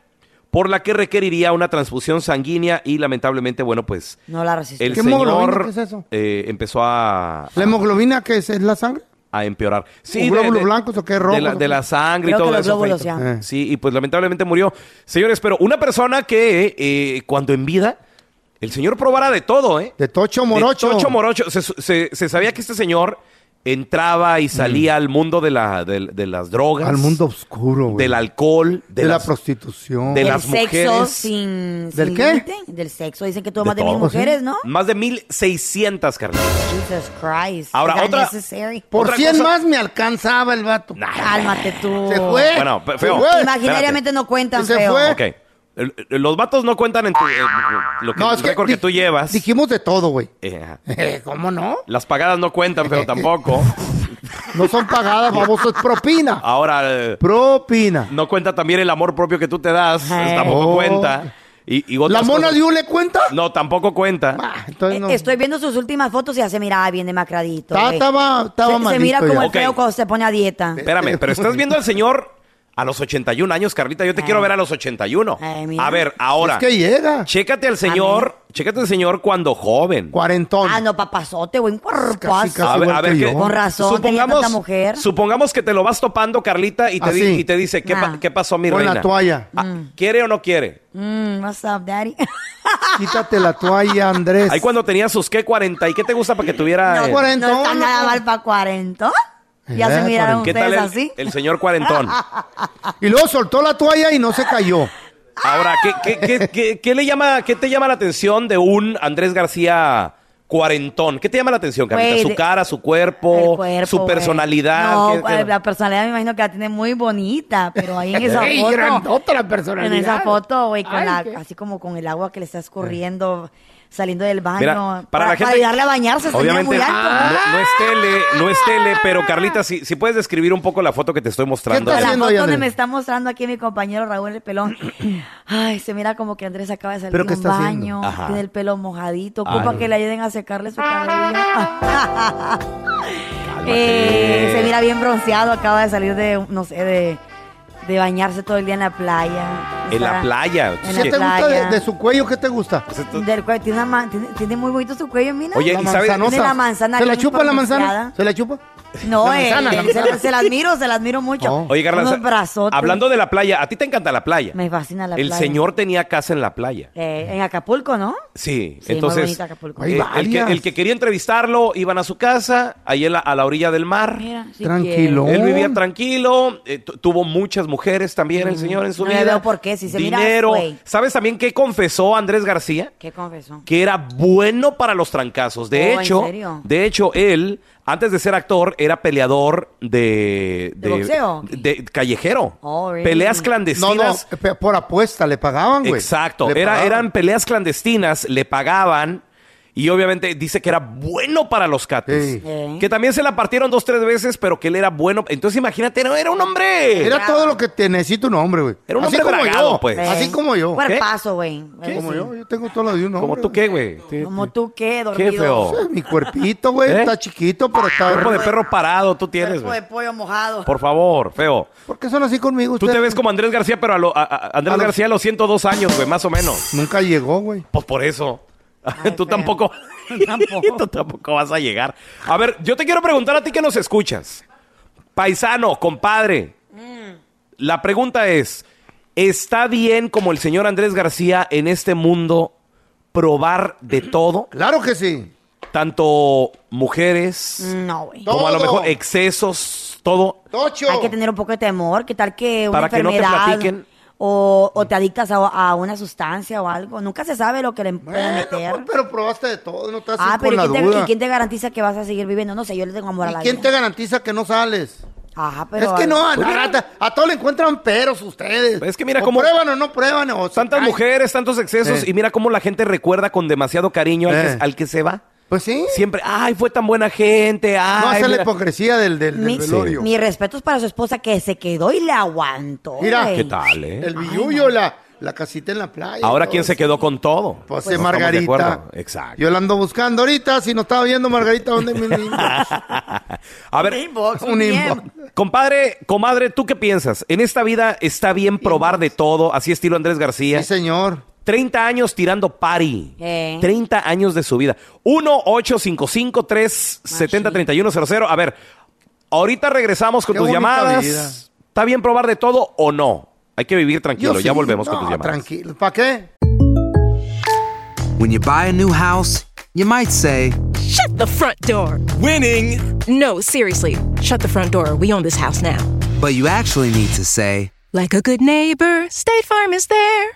S1: por la que requeriría una transfusión sanguínea y lamentablemente bueno pues
S3: No la resistió.
S1: El
S4: ¿Qué hemoglobina?
S1: señor
S4: ¿Qué es eso?
S1: eh, empezó a,
S4: ¿La hemoglobina que es, es la sangre?
S1: a empeorar. Sí,
S4: ¿O
S1: de-
S4: glóbulos
S1: de-
S4: blancos o qué
S1: De
S4: rojos
S1: la,
S4: o
S1: de
S4: qué?
S1: la sangre
S3: Creo
S1: y todo
S3: que los
S1: eso.
S3: glóbulos
S1: Feito.
S4: ya. Eh.
S1: Sí, y pues lamentablemente murió. Señores, pero una persona que eh, cuando en vida El señor probara de todo, ¿eh?
S4: De Tocho Morocho.
S1: De Tocho Morocho. Se, se- se sabía que este señor entraba y salía al mundo de, la, de, de las drogas.
S4: Mm. Al mundo oscuro, güey.
S1: Del alcohol. De,
S4: De la
S1: las-
S4: prostitución. *laughs*
S1: de
S3: Del
S1: las
S3: sexo
S1: mujeres.
S3: sin,
S4: ¿Del
S3: sin
S4: qué? ¿Ah,
S3: límite. Del sexo. Dicen que tuvo más de mil
S1: todo.
S3: mujeres, ¿no?
S1: Más de 1600, carnal.
S3: Jesus Christ.
S1: Ahora,
S3: Is that
S1: otra-
S3: necessary?
S4: Por
S1: Otra
S4: 100
S1: cosa-
S4: más me alcanzaba el vato.
S3: Cálmate tú.
S4: Se fue.
S1: Bueno, pe- feo.
S4: Se fue.
S3: Imaginariamente no cuentan,
S4: Se
S3: feo.
S4: fue.
S1: Ok. El- el- Los vatos no cuentan en tu, eh, lo que,
S4: No, es
S1: el
S4: que
S1: récord que,
S4: di-
S1: tú llevas.
S4: Dijimos de todo, güey.
S1: Eh,
S4: *laughs*
S1: ajá.
S4: Eh, ¿Cómo no?
S1: las pagadas no cuentan,
S4: *laughs*
S1: pero tampoco.
S4: No son pagadas, baboso, es propina.
S1: Ahora, eh,
S4: Propina.
S1: no cuenta también el amor propio que tú te das.
S3: Ay.
S1: Tampoco
S4: Oh.
S1: cuenta. Y, y
S4: ¿La
S1: otras
S4: mona
S1: cosas.
S4: de le cuenta?
S1: No, tampoco cuenta.
S4: Ah,
S3: Eh,
S4: entonces no.
S3: Estoy viendo sus últimas fotos y ya se miraba bien demacradito.
S4: Ta-
S3: güey.
S4: estaba- estaba
S3: se, se
S4: malito
S3: mira como
S4: ya.
S3: el
S1: Ok.
S3: feo cuando se pone a dieta.
S1: Espérame, pero estás viendo al señor a los 81 años, Carlita. Yo te
S3: Ay.
S1: quiero ver a los 81.
S3: Ay, mira.
S1: A ver, ahora.
S4: Es que llega.
S1: Chécate al señor, chécate al señor cuando joven.
S4: Cuarentón.
S3: Ah, no, papazote, güey, un
S4: Casi,
S3: cuerpazo.
S4: casi
S1: A ver,
S4: igual
S1: a ver,
S4: que
S1: que-
S4: yo.
S3: Con razón, tenía tanta mujer.
S1: supongamos que te lo vas topando, Carlita, y te, di-
S4: Así.
S1: y te dice, ¿qué, pa-
S3: Nah.
S1: qué pasó, mi
S4: Con
S1: reina?
S4: la toalla.
S1: Ah, ¿Quiere o no quiere?
S3: Mm, what's up, daddy?
S4: Quítate
S3: *laughs*
S4: la toalla, Andrés.
S1: Ahí cuando tenía sus, ¿qué? 40. ¿Y qué te gusta para que tuviera...
S3: no,
S1: eh,
S4: cuarentón,
S3: no está
S4: no.
S3: nada mal para cuarentón. Ya
S4: Eh,
S3: se miraron
S1: ¿Qué
S3: ustedes
S1: tal el,
S3: así.
S1: el señor cuarentón?
S4: Y luego soltó la toalla y no se cayó.
S1: Ahora, ¿qué, qué- qué- qué- qué le llama, ¿qué te llama la atención de un Andrés García cuarentón? ¿Qué te llama la atención, Carlita?
S3: Güey,
S1: ¿Su
S3: de-
S1: cara, su
S3: Pues, El
S1: cuerpo,
S3: cuerpo,
S1: su
S3: güey.
S1: personalidad? ¿Qué-
S3: No, eh,
S1: qué-
S3: la personalidad me imagino que la tiene muy bonita,
S1: *laughs*
S3: pero ahí en esa
S4: Ey,
S3: foto.
S4: grandota la personalidad.
S3: En esa foto, güey, con
S4: Ay,
S3: la-
S4: qué-
S3: así como con el agua que le está escurriendo, saliendo del baño.
S1: Eh. Mira, para la gente-
S3: ayudarle a bañarse, se mira
S1: Obviamente,
S3: muy alto. Ah.
S1: no, no es tele, no es tele, pero Carlita, si, si puedes describir un poco la foto que te estoy mostrando.
S4: ¿Qué
S3: La
S4: tal?
S3: foto
S4: haciendo ahí,
S3: donde
S4: Andrés?
S3: me está mostrando aquí mi compañero Raúl el pelón. *clears throat* Ay, se mira como que Andrés acaba de salir
S4: ¿Pero
S3: de
S4: qué
S3: un
S4: está haciendo? Ah,
S3: baño,
S1: Ajá.
S3: tiene el pelo mojadito, ocupa
S1: Ay.
S3: que le ayuden a secarle su cabello. *laughs*
S1: Cálmate.
S3: Eh, se mira bien bronceado, acaba de salir de, no sé, de, de bañarse todo el día en la playa.
S1: En la
S3: Estará-
S1: playa.
S3: en
S4: ¿Qué
S3: la
S4: te gusta
S3: playa.
S4: de, de su cuello? ¿Qué te gusta?
S1: Pues esto-
S3: Del cuello, tiene, una ma- tiene- tiene muy bonito su cuello, mira.
S1: Oye,
S4: La
S1: ¿y sabes?
S4: manzanosa.
S3: Tiene la manzana
S4: ¿Se la
S3: bien
S4: chupa la manzana?
S3: pronunciada.
S4: ¿Se la chupa?
S3: No,
S4: La
S3: eh,
S4: manzana, la
S3: se- se,
S4: manzana.
S3: se las miro, se las miro mucho.
S4: Oh.
S1: Oye, Carla,
S3: Unos
S1: sa-
S3: brazotes.
S1: hablando de la playa, a ti te encanta la playa.
S3: Me fascina la
S1: El
S3: playa.
S1: señor tenía casa en la playa.
S3: Eh, en Acapulco, ¿no?
S1: Sí,
S3: Sí, muy
S1: entonces
S3: bonita Acapulco.
S4: Hay
S1: eh, el, que,
S4: varias.
S1: el que quería entrevistarlo iban a su casa, ahí en la- a la orilla del mar.
S3: Mira, sí
S4: Tranquilo.
S1: Él vivía tranquilo, eh, tu- tuvo muchas mujeres también el señor en su
S3: Mm. No le
S1: vida.
S3: veo por qué, si se mira,
S1: Dinero.
S3: güey.
S1: ¿Sabes también qué confesó Andrés García?
S3: quiere. ¿Qué confesó?
S1: Que era bueno para los trancazos. De
S3: Oh, ¿en
S1: hecho,
S3: serio?
S1: de hecho él antes de ser actor era peleador de
S3: ¿De boxeo?
S1: de callejero.
S3: Oh, really?
S1: Peleas
S4: No, no,
S1: clandestinas.
S4: pe- por apuesta le pagaban, güey.
S1: Exacto.
S4: Le
S1: Era-
S4: pagaban.
S1: eran peleas clandestinas, le pagaban. Y obviamente dice que era bueno para los cates.
S4: Sí.
S3: Sí.
S1: Que también se la partieron dos, tres veces, pero que él era bueno. Entonces imagínate, no, era un hombre.
S4: Era todo lo que te necesita un hombre, güey.
S1: Era un
S4: Así
S1: hombre
S4: como
S1: bragado,
S4: yo.
S1: pues.
S4: Así
S3: Eh,
S4: como yo.
S3: Cuerpazo, güey. Eh,
S4: Como
S3: sí.
S4: yo, yo tengo todo lo de un hombre.
S1: ¿Como tú qué, güey?
S3: Como tú, ¿qué? Dormido.
S1: feo.
S4: Sí, Mi cuerpito, güey,
S1: ¿Eh?
S4: está chiquito, pero está...
S1: Cuerpo de perro parado tú tienes,
S3: Cuerpo
S1: güey.
S3: de pollo mojado.
S1: Por favor, feo.
S4: ¿Por qué son así conmigo
S1: Tú
S4: ustedes?
S1: te ves como Andrés García, pero a, lo- a- a- Andrés
S4: A los-
S1: García a los 102 años, güey, más o menos.
S4: Nunca llegó, güey.
S1: Pues por eso.
S3: Ay,
S1: *laughs* tú
S4: *laughs*
S3: feo.
S1: tampoco.
S3: Tampoco.
S1: *laughs* tú tampoco vas a llegar. A ver, yo te quiero preguntar a ti que nos escuchas. Paisano, compadre.
S4: Mm.
S1: La pregunta es: ¿está bien como el señor Andrés García en este mundo probar de todo?
S4: Mm. Claro que sí.
S1: Tanto mujeres,
S3: No, güey.
S4: No.
S1: como a lo
S4: Todo.
S1: mejor eh, excesos, todo.
S4: Tocho.
S3: Hay que tener un poco de temor. ¿Qué tal que una
S1: Para que no te
S3: enfermedad
S1: platiquen.
S3: O, o te adictas a, a una sustancia o algo? Nunca se sabe lo que le pueden
S4: Bueno,
S3: meter.
S4: pues, pero probaste de todo, no te haces
S3: ah,
S4: con
S3: pero ¿y
S4: la
S3: quién, te,
S4: duda.
S3: y quién te garantiza que vas a seguir viviendo? No sé, yo le tengo amor a
S4: ¿Y
S3: la
S4: quién
S3: vida.
S4: te garantiza que no sales?
S3: Ajá, pero...
S4: es que no, a,
S1: Pues mira.
S4: a, a todos le encuentran peros ustedes.
S1: Pues es que mira
S4: O
S1: cómo-
S4: prueban o no prueban. O se
S1: Tantas
S4: caen.
S1: mujeres, tantos excesos,
S4: Eh.
S1: y mira cómo la gente recuerda con demasiado cariño al,
S4: Eh.
S1: que, al que se va.
S4: Pues sí.
S1: Siempre, ay, fue tan buena gente, ay.
S4: no hacer la
S1: mira".
S4: hipocresía del, del, del
S3: Mi,
S4: velorio.
S3: mi respeto es para su esposa que se quedó y le aguantó.
S4: Mira.
S3: güey.
S1: ¿Qué tal, eh?
S4: El billullo, la, la casita en la playa.
S1: Ahora,
S4: todo
S1: ¿quién se
S4: eso.
S1: quedó con todo?
S4: Pues,
S1: No
S4: eh,
S1: estamos de
S4: Margarita.
S1: acuerdo. Exacto. *laughs*
S4: Yo la ando buscando ahorita. Si no estaba viendo, Margarita, ¿dónde me
S1: A ver,
S3: Inbox,
S4: un
S3: DM.
S4: inbox.
S1: compadre, comadre, ¿tú qué piensas? En esta vida está bien probar de todo, así estilo Andrés García.
S4: Sí, señor.
S1: 30 años tirando party.
S3: Eh.
S1: 30 años de su vida. 1-855-370-3100. A ver, ahorita regresamos con
S4: Qué
S1: tus
S4: bonita
S1: llamadas.
S4: vida.
S1: ¿Está bien probar de todo o no? Hay que vivir tranquilo.
S4: Yo
S1: ya
S4: sí.
S1: volvemos con
S4: No,
S1: tus llamadas.
S4: Tranquilo. ¿Para qué?
S9: When you buy a new house, you might say,
S10: Shut the front door. Winning. No, seriously. Shut the front door. We own this house now.
S9: but you actually need to say,
S10: Like a good neighbor, State Farm is there.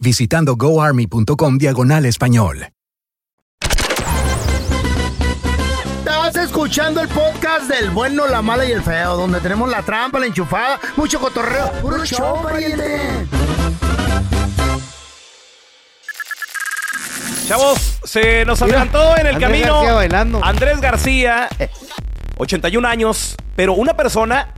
S11: Visitando goarmy.com diagonal español.
S4: Estás escuchando el podcast del bueno, la mala y el feo, donde tenemos la trampa, la enchufada, mucho cotorreo. ¡Puro show, pariente!
S1: Chavos, se nos
S4: Mira,
S1: adelantó en el
S4: Andrés
S1: camino
S4: García Eh.
S1: Andrés García, 81 años, pero una persona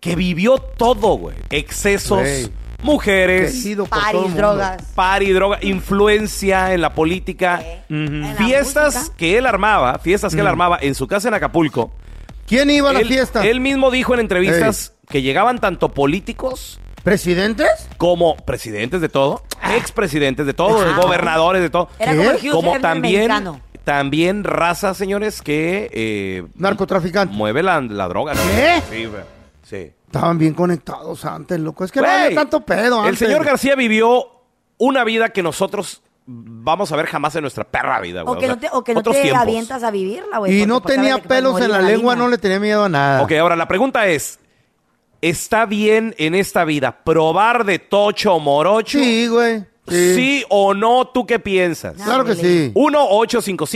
S1: que vivió todo, güey. Excesos,
S4: Güey.
S1: mujeres,
S4: Querido por Paris, todo el mundo. drogas.
S1: Party, droga, influencia en la política, Ujú. fiestas que él armaba, fiestas que él armaba en su casa en Acapulco.
S4: Mm. ¿Quién iba a la
S1: Él-
S4: fiesta?
S1: Él mismo dijo en entrevistas que llegaban tanto políticos
S4: ¿Presidentes?
S1: como presidentes de todo, expresidentes de todo,
S4: Ah. Ajá.
S1: gobernadores de todo.
S4: Era como el ¿Qué? Hugh
S1: Como
S4: Hefner
S1: también,
S4: mexicano.
S1: también razas, señores, que... eh,
S4: Narcotraficante.
S1: Mueve la, la droga. ¿no?
S4: ¿Qué?
S1: Sí, güey. Sí.
S4: Estaban bien conectados antes, loco. Es que no
S1: Güey,
S4: había tanto pedo
S1: El
S4: antes.
S1: señor García vivió una vida que nosotros vamos a ver jamás en nuestra perra vida, güey.
S3: O que
S1: sea,
S3: no te, o que no
S1: otros
S3: te
S1: tiempos.
S3: avientas a vivirla, güey.
S4: Y
S3: porque
S4: no
S3: pues,
S4: tenía
S3: acuérdate que puedes
S4: pelos en
S3: morir
S4: la
S3: de
S4: lengua,
S3: harina.
S4: no le tenía miedo a nada.
S1: Ok, ahora la pregunta es, ¿está bien en esta vida probar de tocho o morocho?
S4: Sí, güey.
S1: Sí. o no? ¿Tú qué piensas?
S4: Claro que sí.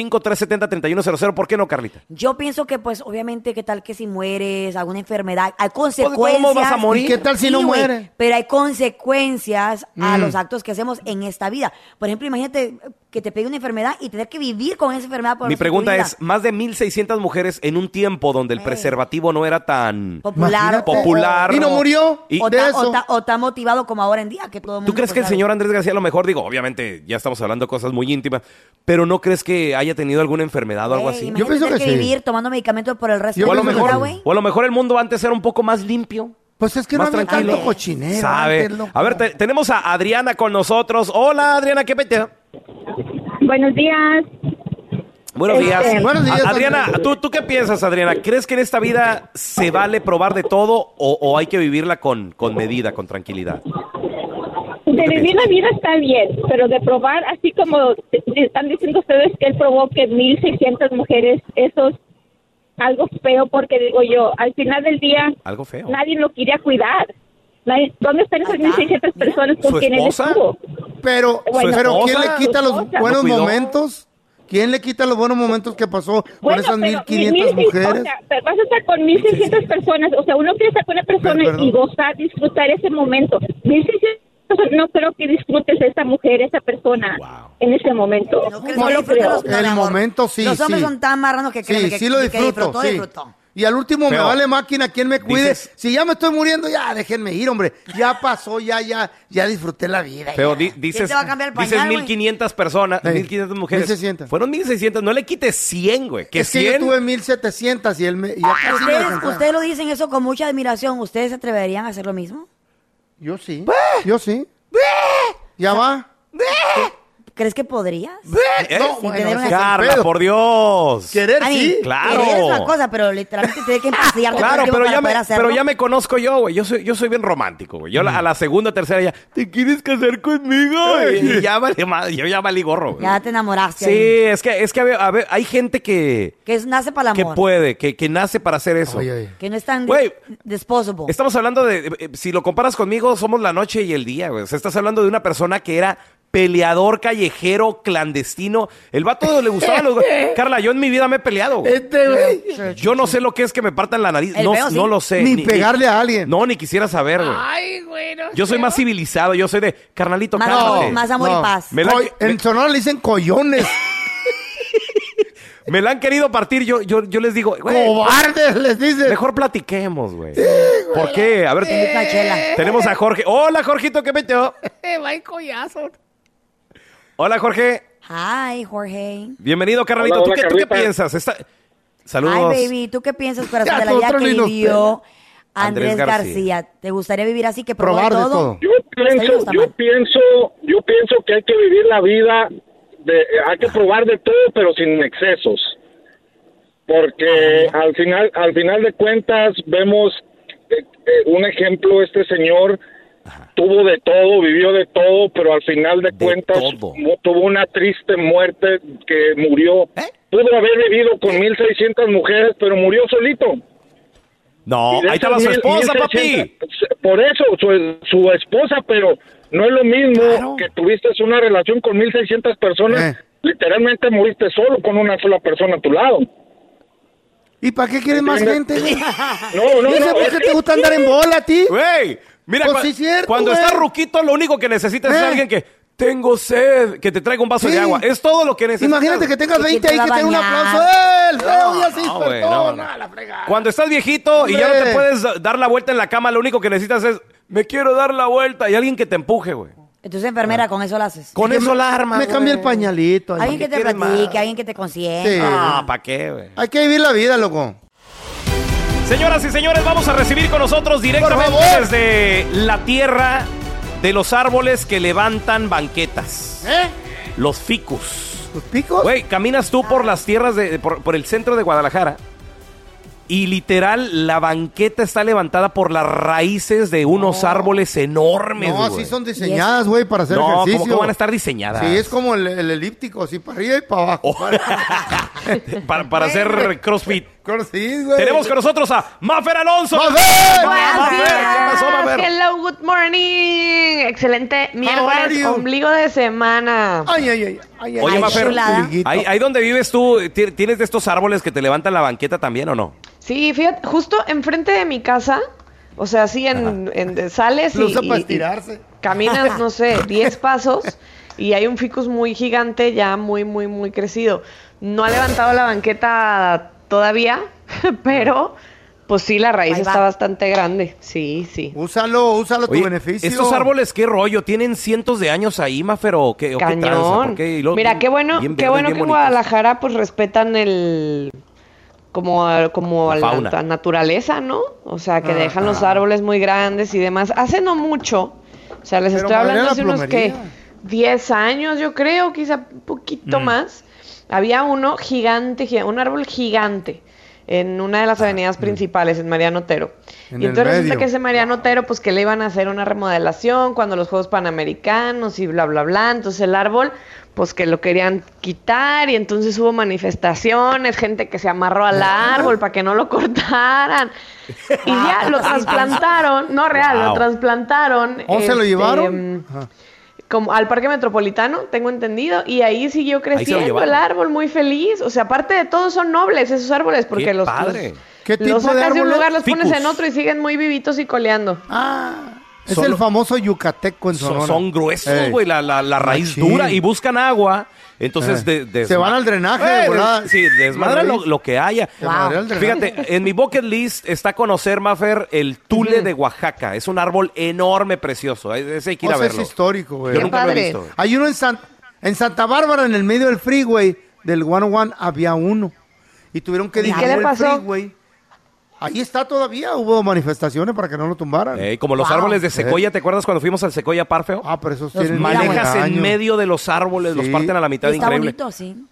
S1: 1-855-370-3100. ¿Por qué no, Carlita?
S3: Yo pienso que, pues, obviamente, ¿qué tal que si mueres? ¿Alguna enfermedad? Hay
S1: todos
S3: consecuencias.
S1: modos Pues, vas a morir. ¿Y qué tal si no
S3: güey,
S1: muere?
S3: Pero hay consecuencias a
S1: Mm.
S3: los actos que hacemos en esta vida. Por ejemplo, imagínate que te pegue una enfermedad y tener que vivir con esa enfermedad por el
S1: Mi
S3: resto de tu
S1: pregunta
S3: vida. Eh.
S1: es, más de 1.600 mujeres en un tiempo donde el preservativo no era tan
S3: Popular.
S1: popular. Y-
S3: o, ta- o ta- o tan motivado como ahora en día, que todo el mundo,
S1: ¿Tú crees
S3: pues,
S1: que el
S3: sabe.
S1: señor Andrés García, a lo mejor, digo, obviamente ya estamos hablando de cosas muy íntimas, pero no crees que haya tenido alguna enfermedad o algo
S3: Ey,
S1: así?
S3: Eh, imagínate tener que vivir tomando medicamentos por el resto
S1: O a,
S3: de
S1: lo
S3: tu vida,
S1: mejor,
S3: güey.
S1: o a lo mejor el mundo antes era un poco más limpio.
S4: Pues es que
S1: más
S4: no había
S1: tranquilo.
S4: tanto cochinero
S1: ¿Sabe?
S4: antes, loco.
S1: A ver, te- tenemos a Adriana con nosotros. Hola, Adriana, ¿qué peteo?
S12: Buenos días.
S1: Buenos
S12: Este,
S1: días.
S12: Buenos días,
S1: A- Adriana, ¿tú, ¿tú qué piensas, Adriana? ¿Crees que en esta vida se vale probar de todo o, o hay que vivirla con, con medida, con tranquilidad?
S12: De vivir la vida está bien, pero de probar, así como te- te están diciendo ustedes que él probó que 1.600 mujeres, eso es algo feo porque digo yo, al final del día
S1: Algo feo.
S12: nadie lo quería cuidar. Nadie- ¿Dónde están esas 1.600 personas con
S4: ¿Su
S12: quienes
S4: esposa?
S12: estuvo?
S4: Pero,
S12: Bueno,
S4: pero
S12: su
S4: ¿quién le
S12: esposa,
S4: quita
S12: su
S4: los
S12: esposa.
S4: buenos
S12: ¿Lo cuidó?
S4: momentos? ¿Quién le quita los buenos momentos que pasó con
S12: Bueno,
S4: esas
S12: pero
S4: 1500
S12: mil- mil-
S4: mujeres?
S12: o sea, pero vas a estar con 1600 personas. O sea, uno quiere estar con una persona
S4: Perdón.
S12: y gozar, disfrutar ese momento. 1600 personas, no creo que disfrutes a esa mujer, a esa persona en ese momento.
S3: No
S12: lo
S3: disfrutas
S12: creo.
S3: los- no, mi amor.
S4: momento sí,
S3: Los hombres
S4: sí.
S3: son tan marranos que creen
S4: sí,
S3: que,
S4: sí lo
S3: que- que
S4: disfruto,
S3: disfrutó,
S4: sí.
S3: disfrutó.
S4: Y al último me
S1: Pero-
S4: vale máquina quién me cuide.
S1: Dices-
S4: si ya me estoy muriendo, ya déjenme ir, hombre. Ya pasó, ya, ya, ya disfruté la vida.
S1: Pero
S4: ya.
S1: di- dices, dices 1500 personas, 1500 mujeres.
S4: 1600.
S1: Fueron 1600, no le quites 100, güey. Que
S4: Es que yo
S1: 100.
S4: tuve 1700 y él me... y ya casi me
S3: Ustedes,
S4: alcanzaba.
S3: ustedes lo dicen eso con mucha admiración. ¿Ustedes se atreverían a hacer lo mismo?
S4: Yo sí. Yo sí. Ya va.
S3: ¿Crees que podrías?
S4: ¿Eh?
S1: No,
S3: Sin tener una-
S1: Carla, por Dios.
S3: A mí,
S1: Claro.
S3: Querer es eh, una cosa, pero literalmente tiene
S1: *laughs*
S3: que empastillar todo
S1: Claro,
S3: el tiempo
S1: pero
S3: para
S1: ya, me,
S3: poder hacerlo.
S1: pero ya me conozco yo, güey. Yo soy, yo soy bien romántico, güey. Yo la- a la segunda, tercera ya, ¿te quieres casar conmigo? Y, y ya vale madre, yo ya valí gorro, güey.
S3: Ya te enamoraste.
S1: Sí,
S3: ahí.
S1: es que, es que a ver, a ver, hay gente que,
S3: Que es, nace para el
S1: que
S3: amor.
S1: puede, que, que nace para hacer eso.
S3: Que no es tan
S1: Güey.
S3: disposable.
S1: Estamos hablando de, eh, eh, si lo comparas conmigo, somos la noche y el día, güey. O sea, estás hablando de una persona que era peleador, callejero, clandestino. El vato le
S4: *laughs*
S1: gustaba los... Carla, yo en mi vida me he peleado, güey.
S4: Este güey.
S1: Yo no sé lo que es que me partan la nariz.
S4: El
S1: No,
S4: feo, sí.
S1: no lo sé.
S4: Ni pegarle a alguien.
S1: No, ni quisiera saber, güey.
S4: Ay, güey.
S1: Yo soy más civilizado. Yo soy de carnalito,
S4: Más
S1: cálmate.
S4: amor, más amor y No. paz.
S1: Me la,
S4: Coy- en Sonora le dicen collones.
S1: *laughs* me la han querido partir. Yo, yo, yo les digo, güey,
S4: Cobardes, les dicen.
S1: Mejor platiquemos, güey. ¿Por qué? A ver,
S4: Sí, una chela.
S1: tenemos a Jorge. Hola, Jorgito, ¿qué metió?
S7: va el collazo.
S1: Hola, Jorge.
S3: Hi, Jorge.
S1: Bienvenido, carnalito.
S3: Hola,
S1: ¿Tú,
S3: hola,
S1: qué, tú qué
S3: Carlita.
S1: piensas? Esta- Saludos.
S3: Ay, baby, ¿tú qué piensas, corazón,
S1: *laughs* Ya,
S3: de la vida
S1: nosotros
S3: que
S1: ni nos
S3: vivió Andrés,
S1: Andrés García.
S3: García. ¿Te gustaría vivir así que probó
S13: Probar de
S3: todo?
S13: Yo pienso, yo pienso, yo pienso que hay que vivir la vida, de, hay que probar de todo, pero sin excesos, porque al final, al final de cuentas vemos eh, eh, un ejemplo, este señor tuvo de todo, vivió de todo, pero al final de, cuentas mu- tuvo una triste muerte que murió. Pudo haber vivido con 1600 mujeres, pero murió solito.
S1: No,
S13: Y de
S1: ahí
S13: esas
S1: estaba su
S13: mil-
S1: esposa,
S13: 1600,
S1: papi.
S13: Por eso, su, su esposa, pero no es lo mismo que tuviste una relación con 1600 personas.
S1: Eh.
S13: Literalmente moriste solo con una sola persona a tu lado.
S4: ¿Y para qué quieres más gente?
S13: ¿Entiendes?
S4: *laughs*
S13: No, no,
S4: Yo sé
S13: no,
S4: por
S13: es
S4: qué
S13: que-
S4: te gusta andar en bola a ti?
S1: Güey, mira,
S4: Pues
S1: cua-
S4: sí, cierto,
S1: cuando
S4: güey.
S1: estás ruquito, lo único que necesitas es
S4: Eh.
S1: alguien que tengo sed, que te traiga un vaso
S4: Sí.
S1: de agua. Es todo lo que necesitas.
S4: Imagínate que tengas 20 ahí que
S1: tenga
S4: tenga un aplauso. ¡Eh, el feo ya se
S1: No,
S4: despertó!
S1: güey, no, no. Cuando estás viejito y ya no te
S4: Hombre.
S1: puedes da- dar la vuelta en la cama, lo único que necesitas es, me quiero dar la vuelta y alguien que te empuje, güey.
S3: Entonces, enfermera, con eso la haces.
S1: Ah. Con eso la armas,
S4: Me
S1: güey.
S4: cambia el pañalito. ahí.
S3: Alguien que te platique, alguien que te consiente.
S4: Sí.
S1: Ah, ¿para qué, güey?
S4: Hay que vivir la vida, loco.
S1: Señoras y señores, vamos a recibir con nosotros directamente
S4: Por favor.
S1: desde la tierra de los árboles que levantan banquetas.
S4: ¿Eh?
S1: Los ficus.
S4: ¿Los picos?
S1: Güey, caminas tú por las tierras, de, por, por el centro de Guadalajara. Y literal, la banqueta está levantada por las raíces de unos árboles enormes,
S4: No,
S1: güey.
S4: así son diseñadas, güey, para hacer
S1: No, ¿cómo-
S4: ejercicio.
S1: cómo van a estar diseñadas?
S4: Sí, es como el, el elíptico, así para arriba y *laughs* para abajo.
S1: Para, para hacer
S4: *laughs*
S1: crossfit.
S4: Sí, güey.
S1: Tenemos con nosotros a Mafer Alonso.
S4: ¡Mafer!
S1: ¡Mafer! ¿Qué pasó, Mafer?
S14: Hello, good morning. Excelente
S4: are
S14: miércoles,
S4: you?
S14: ombligo de semana.
S4: Ay, ay, ay. ay, ay,
S1: Oye,
S4: ay,
S1: Mafer,
S4: chulada.
S1: ahí, ahí donde vives tú, ti- ¿tienes de estos árboles que te levantan la banqueta también o no?
S14: Sí, fíjate, justo enfrente de mi casa, o sea, así en, en- de- sales y,
S4: Usa
S14: y-
S4: para
S14: y
S4: estirarse. *laughs*
S14: caminas, no sé, 10 pasos y hay un ficus muy gigante, ya muy, muy, muy crecido. No ha levantado la banqueta todavía, *laughs* pero pues sí, la raíz
S4: Ahí va.
S14: está bastante grande. Sí, sí.
S4: Úsalo, úsalo a tu
S1: Oye,
S4: beneficio.
S1: Estos árboles, ¿qué rollo? ¿Tienen cientos de años ahí, Mafer? ¿O qué, o qué
S14: Cañón.
S1: tranza? ¿Por qué? Y luego
S14: Mira,
S1: bien-
S14: qué bueno,
S1: bien
S14: qué
S1: verdes,
S14: bueno que
S1: bien bonitos.
S14: en Guadalajara pues respetan el como como
S1: La
S14: la,
S1: fauna.
S14: nat- naturaleza, ¿no? O sea, que
S1: Ah,
S14: dejan los
S1: ah.
S14: árboles muy grandes y demás. Hace no mucho, o sea, les
S15: Pero
S14: estoy hablando
S15: madera,
S14: hace unos que
S15: plomería.
S14: 10 años, yo creo, quizá un poquito
S15: Mm.
S14: más. Había uno gigante, gi- un árbol gigante en una de
S4: Ah,
S14: las avenidas
S4: mm.
S14: principales, en Mariano Otero.
S15: En
S14: y
S15: el
S14: entonces resulta
S15: medio.
S14: que ese Mariano Otero, pues que le iban a hacer una remodelación cuando los Juegos Panamericanos y bla, bla, bla. Entonces el árbol, pues que lo querían quitar y entonces hubo manifestaciones, gente que se amarró al árbol para que no lo cortaran. Y
S4: *laughs*
S14: ya lo trasplantaron, no real, lo
S15: Wow.
S14: trasplantaron.
S4: ¿O ¿Oh, se lo
S14: este,
S4: llevaron?
S14: como al Parque Metropolitano, tengo entendido, y ahí siguió
S4: se lo
S14: creciendo
S4: llevaron.
S14: el árbol muy feliz. O sea, aparte de todo son nobles esos árboles porque
S4: ¡Qué
S14: los, los-
S4: padre! ¿Qué tipo de
S14: los sacas de un
S4: árboles?
S14: lugar, los pones en
S4: Ficus.
S14: otro y siguen muy vivitos y coleando.
S4: Ah, Es
S1: Son-
S4: el famoso yucateco en Sonora.
S1: son, son gruesos,
S4: Ey.
S1: güey, la, la- la raíz
S4: Machín.
S1: dura y buscan agua. Entonces,
S4: Eh.
S1: de- desma-
S4: Se van al drenaje de
S1: Eh, des-
S4: volada.
S1: sí, desmadran lo, lo que haya.
S4: Se Wow. madrea el drenaje.
S1: Fíjate, en mi bucket list está conocer, Mafer, el tule de Oaxaca. Es un árbol enorme, precioso. E- Ese hay que ir
S4: O
S1: a
S4: sea, es
S1: verlo.
S4: histórico, güey.
S1: Yo nunca lo he visto. güey.
S4: Hay uno en, San- en Santa Bárbara, en el medio del freeway del 101, había uno. Y tuvieron que
S14: ¿Y qué
S4: dirigir
S14: le
S4: el
S14: pasó?
S4: freeway. Ahí está todavía, hubo manifestaciones para que no lo tumbaran.
S1: Eh, como los árboles de secoya, ¿te acuerdas cuando fuimos al secoya Parfeo?
S4: Ah, pero esos
S1: Los
S4: tienen
S1: manejas en
S4: años.
S1: medio de los árboles, los
S4: Sí.
S1: parten a la mitad,
S3: Está
S1: increíble.
S3: bonito, sí.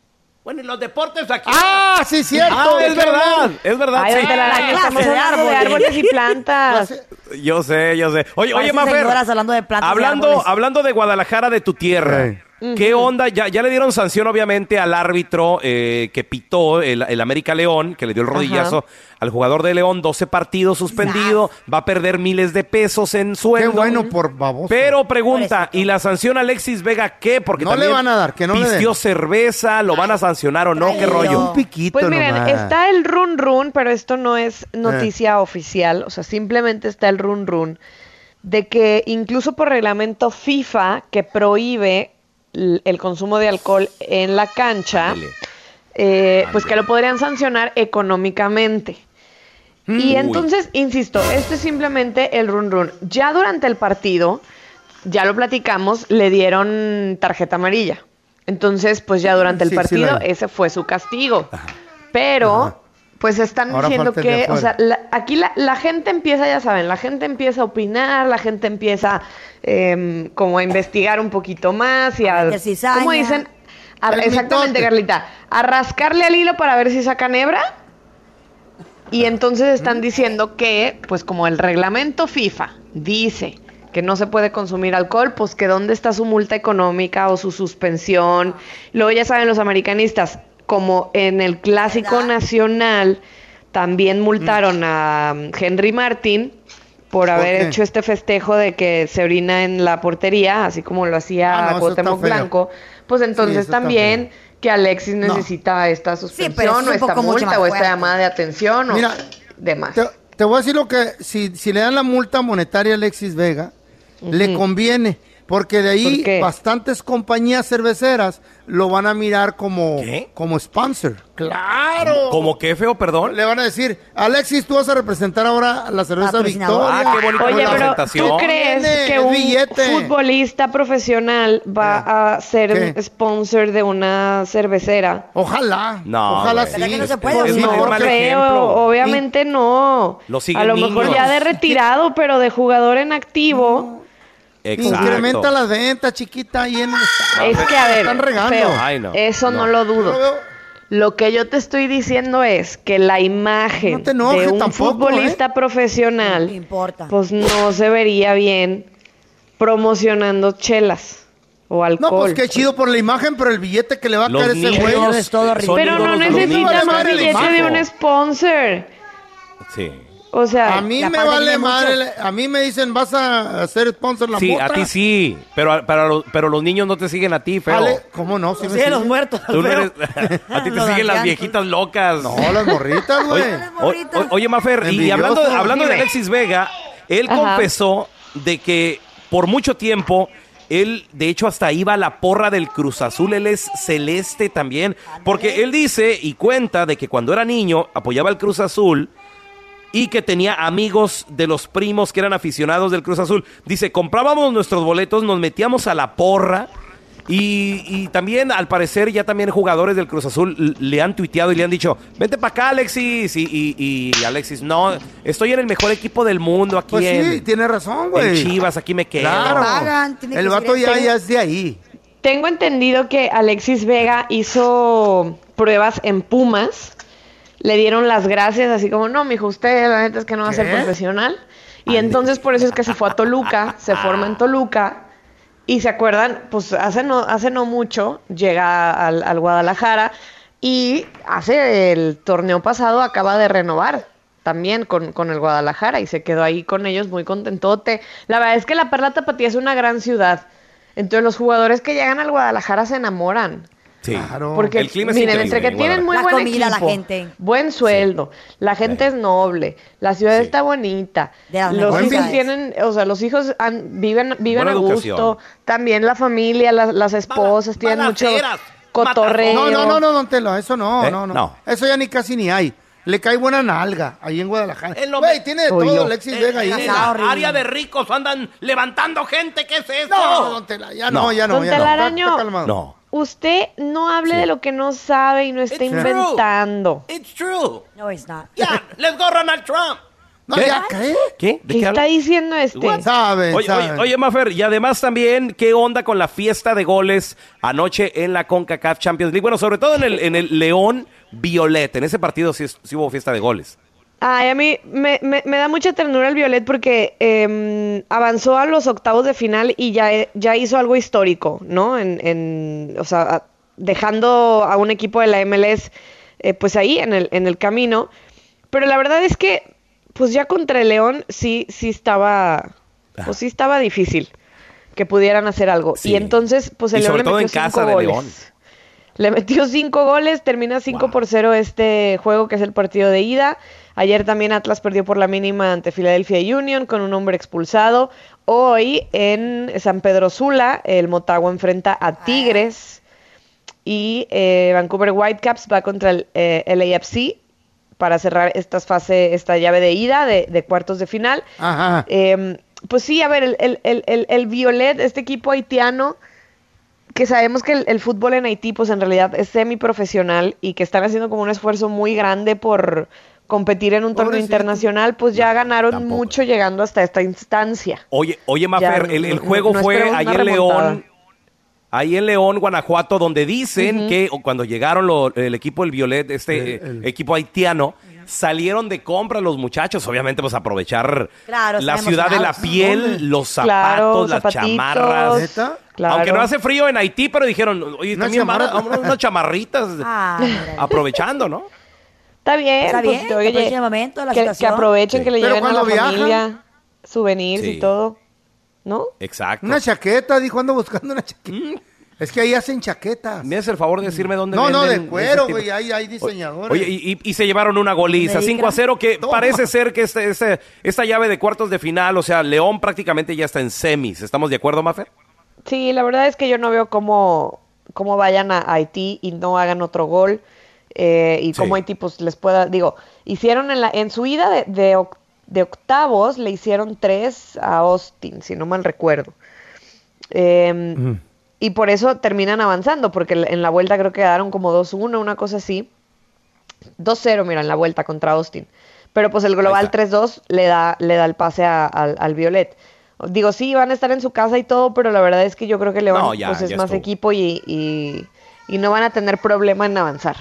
S1: Bueno, y los deportes aquí.
S4: ¡Ah, sí, cierto!
S1: Ah, es
S4: ¿De qué
S1: verdad,
S4: hablan?
S1: es verdad.
S14: Ay,
S1: sí.
S14: don Telaraño, estamos
S3: clase de
S14: hablando de
S3: árboles.
S14: árboles y
S4: *laughs*
S14: plantas.
S1: Yo sé, yo sé. Oye, oye,
S3: Parecen
S1: Mafer.
S3: señoras hablando de plantas y
S1: Hablando,
S3: árboles.
S1: hablando de Guadalajara, de tu tierra. ¿Qué onda? Ya, ya le dieron sanción, obviamente, al árbitro eh, que pitó el, el América León, que le dio el rodillazo al jugador de León, 12 partidos suspendido, va a perder miles de pesos en sueldo. Qué bueno
S4: por baboso.
S1: Pero pregunta, ¿y la sanción a Alexis Vega qué? Porque
S4: No le
S1: también
S4: van a dar, que no le den.
S1: pisteó cerveza, ¿lo van a sancionar o no? ¿Qué rollo?
S4: Un piquito
S14: Pues miren,
S4: nomás.
S14: está el run run, pero esto no es noticia oficial, o sea, simplemente está el run run de que incluso por reglamento FIFA que prohíbe l- el consumo de alcohol en la cancha, eh, pues que lo podrían sancionar económicamente.
S7: Uy.
S14: Y entonces, insisto, este es simplemente el run run. Ya durante el partido, ya lo platicamos, le dieron tarjeta amarilla. Entonces, pues ya durante el
S7: Sí, sí,
S14: partido,
S7: la-
S14: ese fue su castigo. Pero, pues están
S7: Ahora
S14: diciendo
S7: falta el de
S14: que, o sea,
S7: afuera.
S14: la- aquí la, la gente empieza, ya saben, la gente empieza a opinar, la gente empieza em, como a investigar un poquito más y a,
S3: meter cizaña.
S14: ¿cómo dicen? A-
S3: El
S14: exactamente,
S3: mitote.
S14: Carlita, a rascarle al hilo para ver si sacan hebra. Y entonces están diciendo que, pues como el reglamento FIFA dice que no se puede consumir alcohol, pues que dónde está su multa económica o su suspensión. Luego ya saben los americanistas, como en el clásico nacional también multaron a um, Henry Martin por haber
S7: Mm. qué?
S14: hecho este festejo de que se orina en la portería, así como lo hacía
S7: Ah, no, eso
S14: Cuauhtémoc
S7: está feo.
S14: Blanco, pues entonces
S7: eso está
S14: también que Alexis necesita esta suspensión
S3: es un
S14: o esta
S3: poco
S14: multa
S3: mucho más
S14: o esta
S3: fuerte.
S14: llamada de atención o
S4: Mira,
S14: demás.
S4: Te, te voy a decir lo que, si, si le dan la multa monetaria a Alexis Vega, le conviene, porque de ahí
S14: ¿Por qué?
S4: bastantes compañías cerveceras lo van a mirar como, como sponsor. Claro.
S1: ¿Como qué feo, perdón?
S4: Le van a decir, Alexis, tú vas a representar ahora a la cerveza
S1: Patrocinador.
S4: Victoria.
S1: Ah, qué bonita
S14: Oye, pero
S1: presentación.
S14: ¿tú crees
S4: Viene
S14: que
S4: el
S14: un
S4: billete.
S14: futbolista profesional va a ser sponsor de una cervecera?
S4: Ojalá.
S1: No,
S4: Ojalá sí.
S1: güey.
S4: ¿Será que no se puede?
S14: Pues
S4: Es
S14: no
S4: mal
S14: creo,
S4: ejemplo.
S14: obviamente no.
S1: Lo siguen
S14: a lo
S1: niños.
S14: mejor ya de retirado, pero de jugador en activo.
S1: Exacto.
S4: Incrementa las ventas, chiquita, ahí en el estado.
S14: Es que a ver,
S4: Están regando.
S14: feo, eso no. lo dudo. Lo que yo te estoy diciendo es que la imagen
S4: No te enojes
S14: de un
S4: tampoco, ¿eh?
S14: futbolista profesional,
S3: importa.
S14: pues no se vería bien promocionando chelas o
S4: No,
S14: alcohol.
S4: pues qué chido por la imagen, pero el billete que le va a
S1: Los
S4: caer ese
S1: niños
S4: güey.
S1: son
S14: pero no
S1: ídolos de los
S14: necesitas
S1: niños.
S14: un billete de un sponsor.
S1: Sí.
S14: O sea,
S4: A mí
S14: la
S4: me
S14: parte tiene
S4: vale
S14: mucho.
S4: madre. le- A mí me dicen, vas a hacer sponsor la
S1: sí,
S4: mota.
S1: a ti sí, pero, a- para los- pero los niños no te siguen a ti, feo.
S4: Ale- ¿Cómo no? Sí me siguen.
S1: Tú no eres- *laughs* a ti te
S4: Los
S1: siguen las
S4: ancianos.
S1: viejitas locas.
S4: No, las morritas, güey.
S1: Oye, o- o- oye, Mafer, y
S4: Envidioso.
S1: hablando, de- hablando de
S4: Dime.
S1: Alexis Vega, él
S4: Ajá.
S1: confesó de que por mucho tiempo él, de hecho, hasta iba a la porra del Cruz Azul. Él es celeste también, porque él dice y cuenta de que cuando era niño apoyaba al Cruz Azul y que tenía amigos de los primos que eran aficionados del Cruz Azul. Dice, comprábamos nuestros boletos, nos metíamos a la porra. Y, y también, al parecer, ya también jugadores del Cruz Azul l- le han tuiteado y le han dicho, vente para acá, Alexis. Y, y- y Alexis, no, estoy en el mejor equipo del mundo aquí
S4: Pues
S1: en,
S4: sí, tiene razón, güey.
S1: en Chivas, aquí me quedo.
S4: Claro.
S14: Pagan, tiene
S4: el
S14: que este.
S4: vato
S14: seguir
S4: ya,
S14: el-
S4: ya es de ahí.
S14: Tengo entendido que Alexis Vega hizo pruebas en Pumas. Le dieron las gracias, así como, no, mijo, usted la neta es que no va a ser
S7: ¿Qué?
S14: profesional. Y entonces por eso es que se fue a Toluca, se forma en Toluca. Y se acuerdan, pues hace no, hace no mucho llega al, al Guadalajara y hace el torneo pasado acaba de renovar también con, con el Guadalajara y se quedó ahí con ellos muy contentote. La verdad es que la Perla Tapatía es una gran ciudad. Entonces los jugadores que llegan al Guadalajara se enamoran.
S1: Sí.
S14: Porque miren, entre que tienen muy
S3: La
S14: buen
S3: comida, la
S14: equipo,
S3: gente.
S14: buen sueldo, la gente es noble, la ciudad está bonita,
S3: las
S14: los
S3: mejores
S14: hijos
S3: ciudades.
S14: tienen, o sea, los hijos han- viven viven
S4: Buena
S14: a gusto,
S4: educación.
S14: también la familia, las, las esposas tienen mucho cotorreo.
S4: No, no, no, no, don Telo, eso no,
S1: ¿Eh?
S4: no, no,
S1: No.
S4: Eso ya ni casi ni hay. Le cae buena nalga ahí en Guadalajara. Güey, tiene de
S1: Oye.
S4: todo Alexis Vega ahí.
S1: de ricos andan levantando gente, ¿qué es eso?
S4: No, don Tela, ya no, ya no,
S14: Don
S4: ya no.
S14: Telaraño,
S4: Ah, Está- está calmado.
S1: No.
S14: usted no hable de lo que no sabe y no esté
S3: It's true.
S14: inventando.
S2: It's true.
S3: No, it's not.
S2: Yeah, let's go Ronald Trump.
S4: No,
S1: ¿Qué?
S4: ya, ¿qué?
S1: ¿Qué? ¿De
S14: ¿Qué
S1: qué
S14: está
S1: habla?
S14: diciendo este?
S4: Saben,
S1: Oye, oye,
S4: saben.
S1: oye, Mafer, y además también, ¿qué onda con la fiesta de goles anoche en la CONCACAF Champions League? Bueno, sobre todo en el, en el León Violeta. En ese partido sí, es- sí hubo fiesta de goles.
S14: Ay, a mí me, me- me da mucha ternura el Violet porque em, avanzó a los octavos de final y ya, ya hizo algo histórico, ¿no? En, en- o sea, a- dejando a un equipo de la MLS eh, pues ahí en el, en el camino. Pero la verdad es que, pues ya contra el León sí, sí estaba, pues sí estaba difícil que pudieran hacer algo.
S1: Ah. Sí.
S14: Y entonces, pues el
S1: y
S14: León
S1: sobre
S14: le
S1: todo en
S14: metió cinco
S1: casa de
S14: goles.
S1: León.
S14: Le metió cinco goles, termina 5 por 0 este juego que es el partido de ida. Ayer también Atlas perdió por la mínima ante Philadelphia Union con un hombre expulsado. Hoy en San Pedro Sula, el Motagua enfrenta a Tigres y eh, Vancouver Whitecaps va contra el eh, LAFC para cerrar esta fase, esta llave de ida de, de cuartos de final.
S4: Ajá.
S14: Eh, pues sí, a ver, el, el, el, el- el Violet, este equipo haitiano, que sabemos que el, el fútbol en Haití, pues en realidad es semiprofesional y que están haciendo como un esfuerzo muy grande por competir en un torneo
S1: Pobrecito.
S14: internacional, pues ya ganaron mucho llegando hasta esta instancia.
S1: Oye, oye Mafer,
S14: no-
S1: el, el
S14: no-
S1: juego
S14: no
S1: fue
S14: esperemos
S1: ahí
S14: una
S1: en
S14: remontada.
S1: León. Ahí en León, Guanajuato, donde dicen
S14: Ujú.
S1: que o cuando llegaron lo- el equipo del Violet, este eh, equipo haitiano, salieron de compra los muchachos, obviamente, pues aprovechar
S3: Claro,
S1: la
S3: están
S1: ciudad de la
S3: emocionados.
S1: piel,
S3: ¿Dónde?
S1: los
S14: Claro,
S1: zapatos, las
S14: zapatitos.
S1: chamarras.
S14: ¿Neta? Claro.
S1: Aunque no hace frío en Haití, pero dijeron, oye,
S14: Una
S1: también van a-
S14: chamarra.
S1: unas chamarritas,
S3: Ah, mira.
S1: aprovechando, ¿no?
S14: Está bien,
S3: Está
S14: pues,
S3: bien,
S14: te-
S3: que aprovechen el momento, la
S14: que, que
S3: situación.
S14: aprovechen,
S3: Sí.
S14: que le
S3: Pero
S14: lleguen a la
S3: cuando viajan.
S14: familia, souvenirs
S1: Sí.
S14: y todo, ¿no?
S1: Exacto. Mm.
S4: Una chaqueta, dijo, ando buscando una chaqueta. Es que ahí hacen chaquetas.
S1: ¿Me haces el favor de decirme dónde
S4: No, no,
S1: venden
S4: de cuero,
S1: ese tipo?
S4: güey, hay, hay diseñadores.
S1: Oye, y, y- y se llevaron una goliza,
S4: ¿Me
S1: 5 a
S4: dijeron?
S1: 0, que
S4: Toma.
S1: parece ser que este, este- esta llave de cuartos de final, o sea, León prácticamente ya está en semis. ¿Estamos de acuerdo, Mafer?
S14: Sí, la verdad es que yo no veo cómo, cómo vayan a Haití y no hagan otro gol. eh, y cómo Haití pues les pueda, digo, hicieron en, la, en su ida de, de oc- de octavos, le hicieron tres a Austin, si no mal recuerdo. Em, Y por eso terminan avanzando, porque en la- en la vuelta creo que quedaron como 2-1, una cosa así. 2-0, mira, en la vuelta contra Austin. Pero pues el global 3-2 le da, le da el pase a- al, al Violet. Digo, sí, van a estar en su casa y todo, pero la verdad es que yo creo que León
S1: No, ya,
S14: pues, es
S1: ya
S14: más
S1: estuvo.
S14: equipo y, y- y no van a tener problema en avanzar.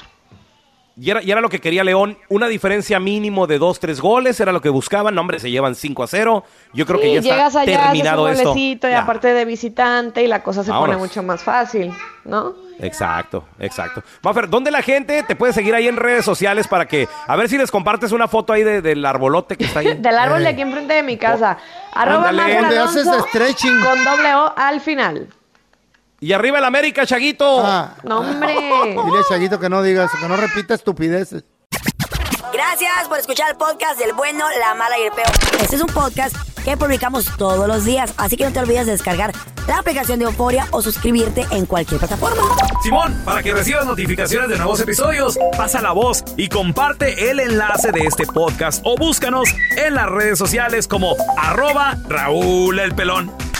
S1: Y era, y era lo que quería León, una diferencia mínimo de 2, 3 goles, era lo que buscaban. No, hombre, se llevan 5 a 0. Yo creo que
S14: Sí,
S1: ya
S14: llegas
S1: está
S14: allá, haces un
S1: terminado esto.
S14: golecito y
S1: Ya.
S14: aparte de visitante y la cosa se pone
S1: Vámonos.
S14: mucho más fácil, ¿no?
S1: Exacto, exacto. Mafer, ¿dónde la gente te puede seguir ahí en redes sociales para que, a ver si les compartes una foto ahí de- del arbolote que está ahí?
S14: *laughs* Del árbol
S1: Eh.
S14: de aquí enfrente de mi casa. Arroba
S1: Ándale.
S14: Mafer
S1: Donde haces
S14: Alonso con doble O al final.
S1: Y arriba el América, Chaguito. *laughs*
S14: No, hombre.
S4: Ah, Dile a Chaguito que no digas, que no repita estupideces.
S3: Gracias por escuchar el podcast del bueno, la mala y el peor. Este es un podcast que publicamos todos los días, así que no te olvides de descargar la aplicación de Euforia o suscribirte en cualquier plataforma.
S15: Simón, para que recibas notificaciones de nuevos episodios, pasa la voz y comparte el enlace de este podcast o búscanos en las redes sociales como arroba Raúl el Pelón.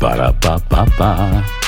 S16: Para pa pa pa.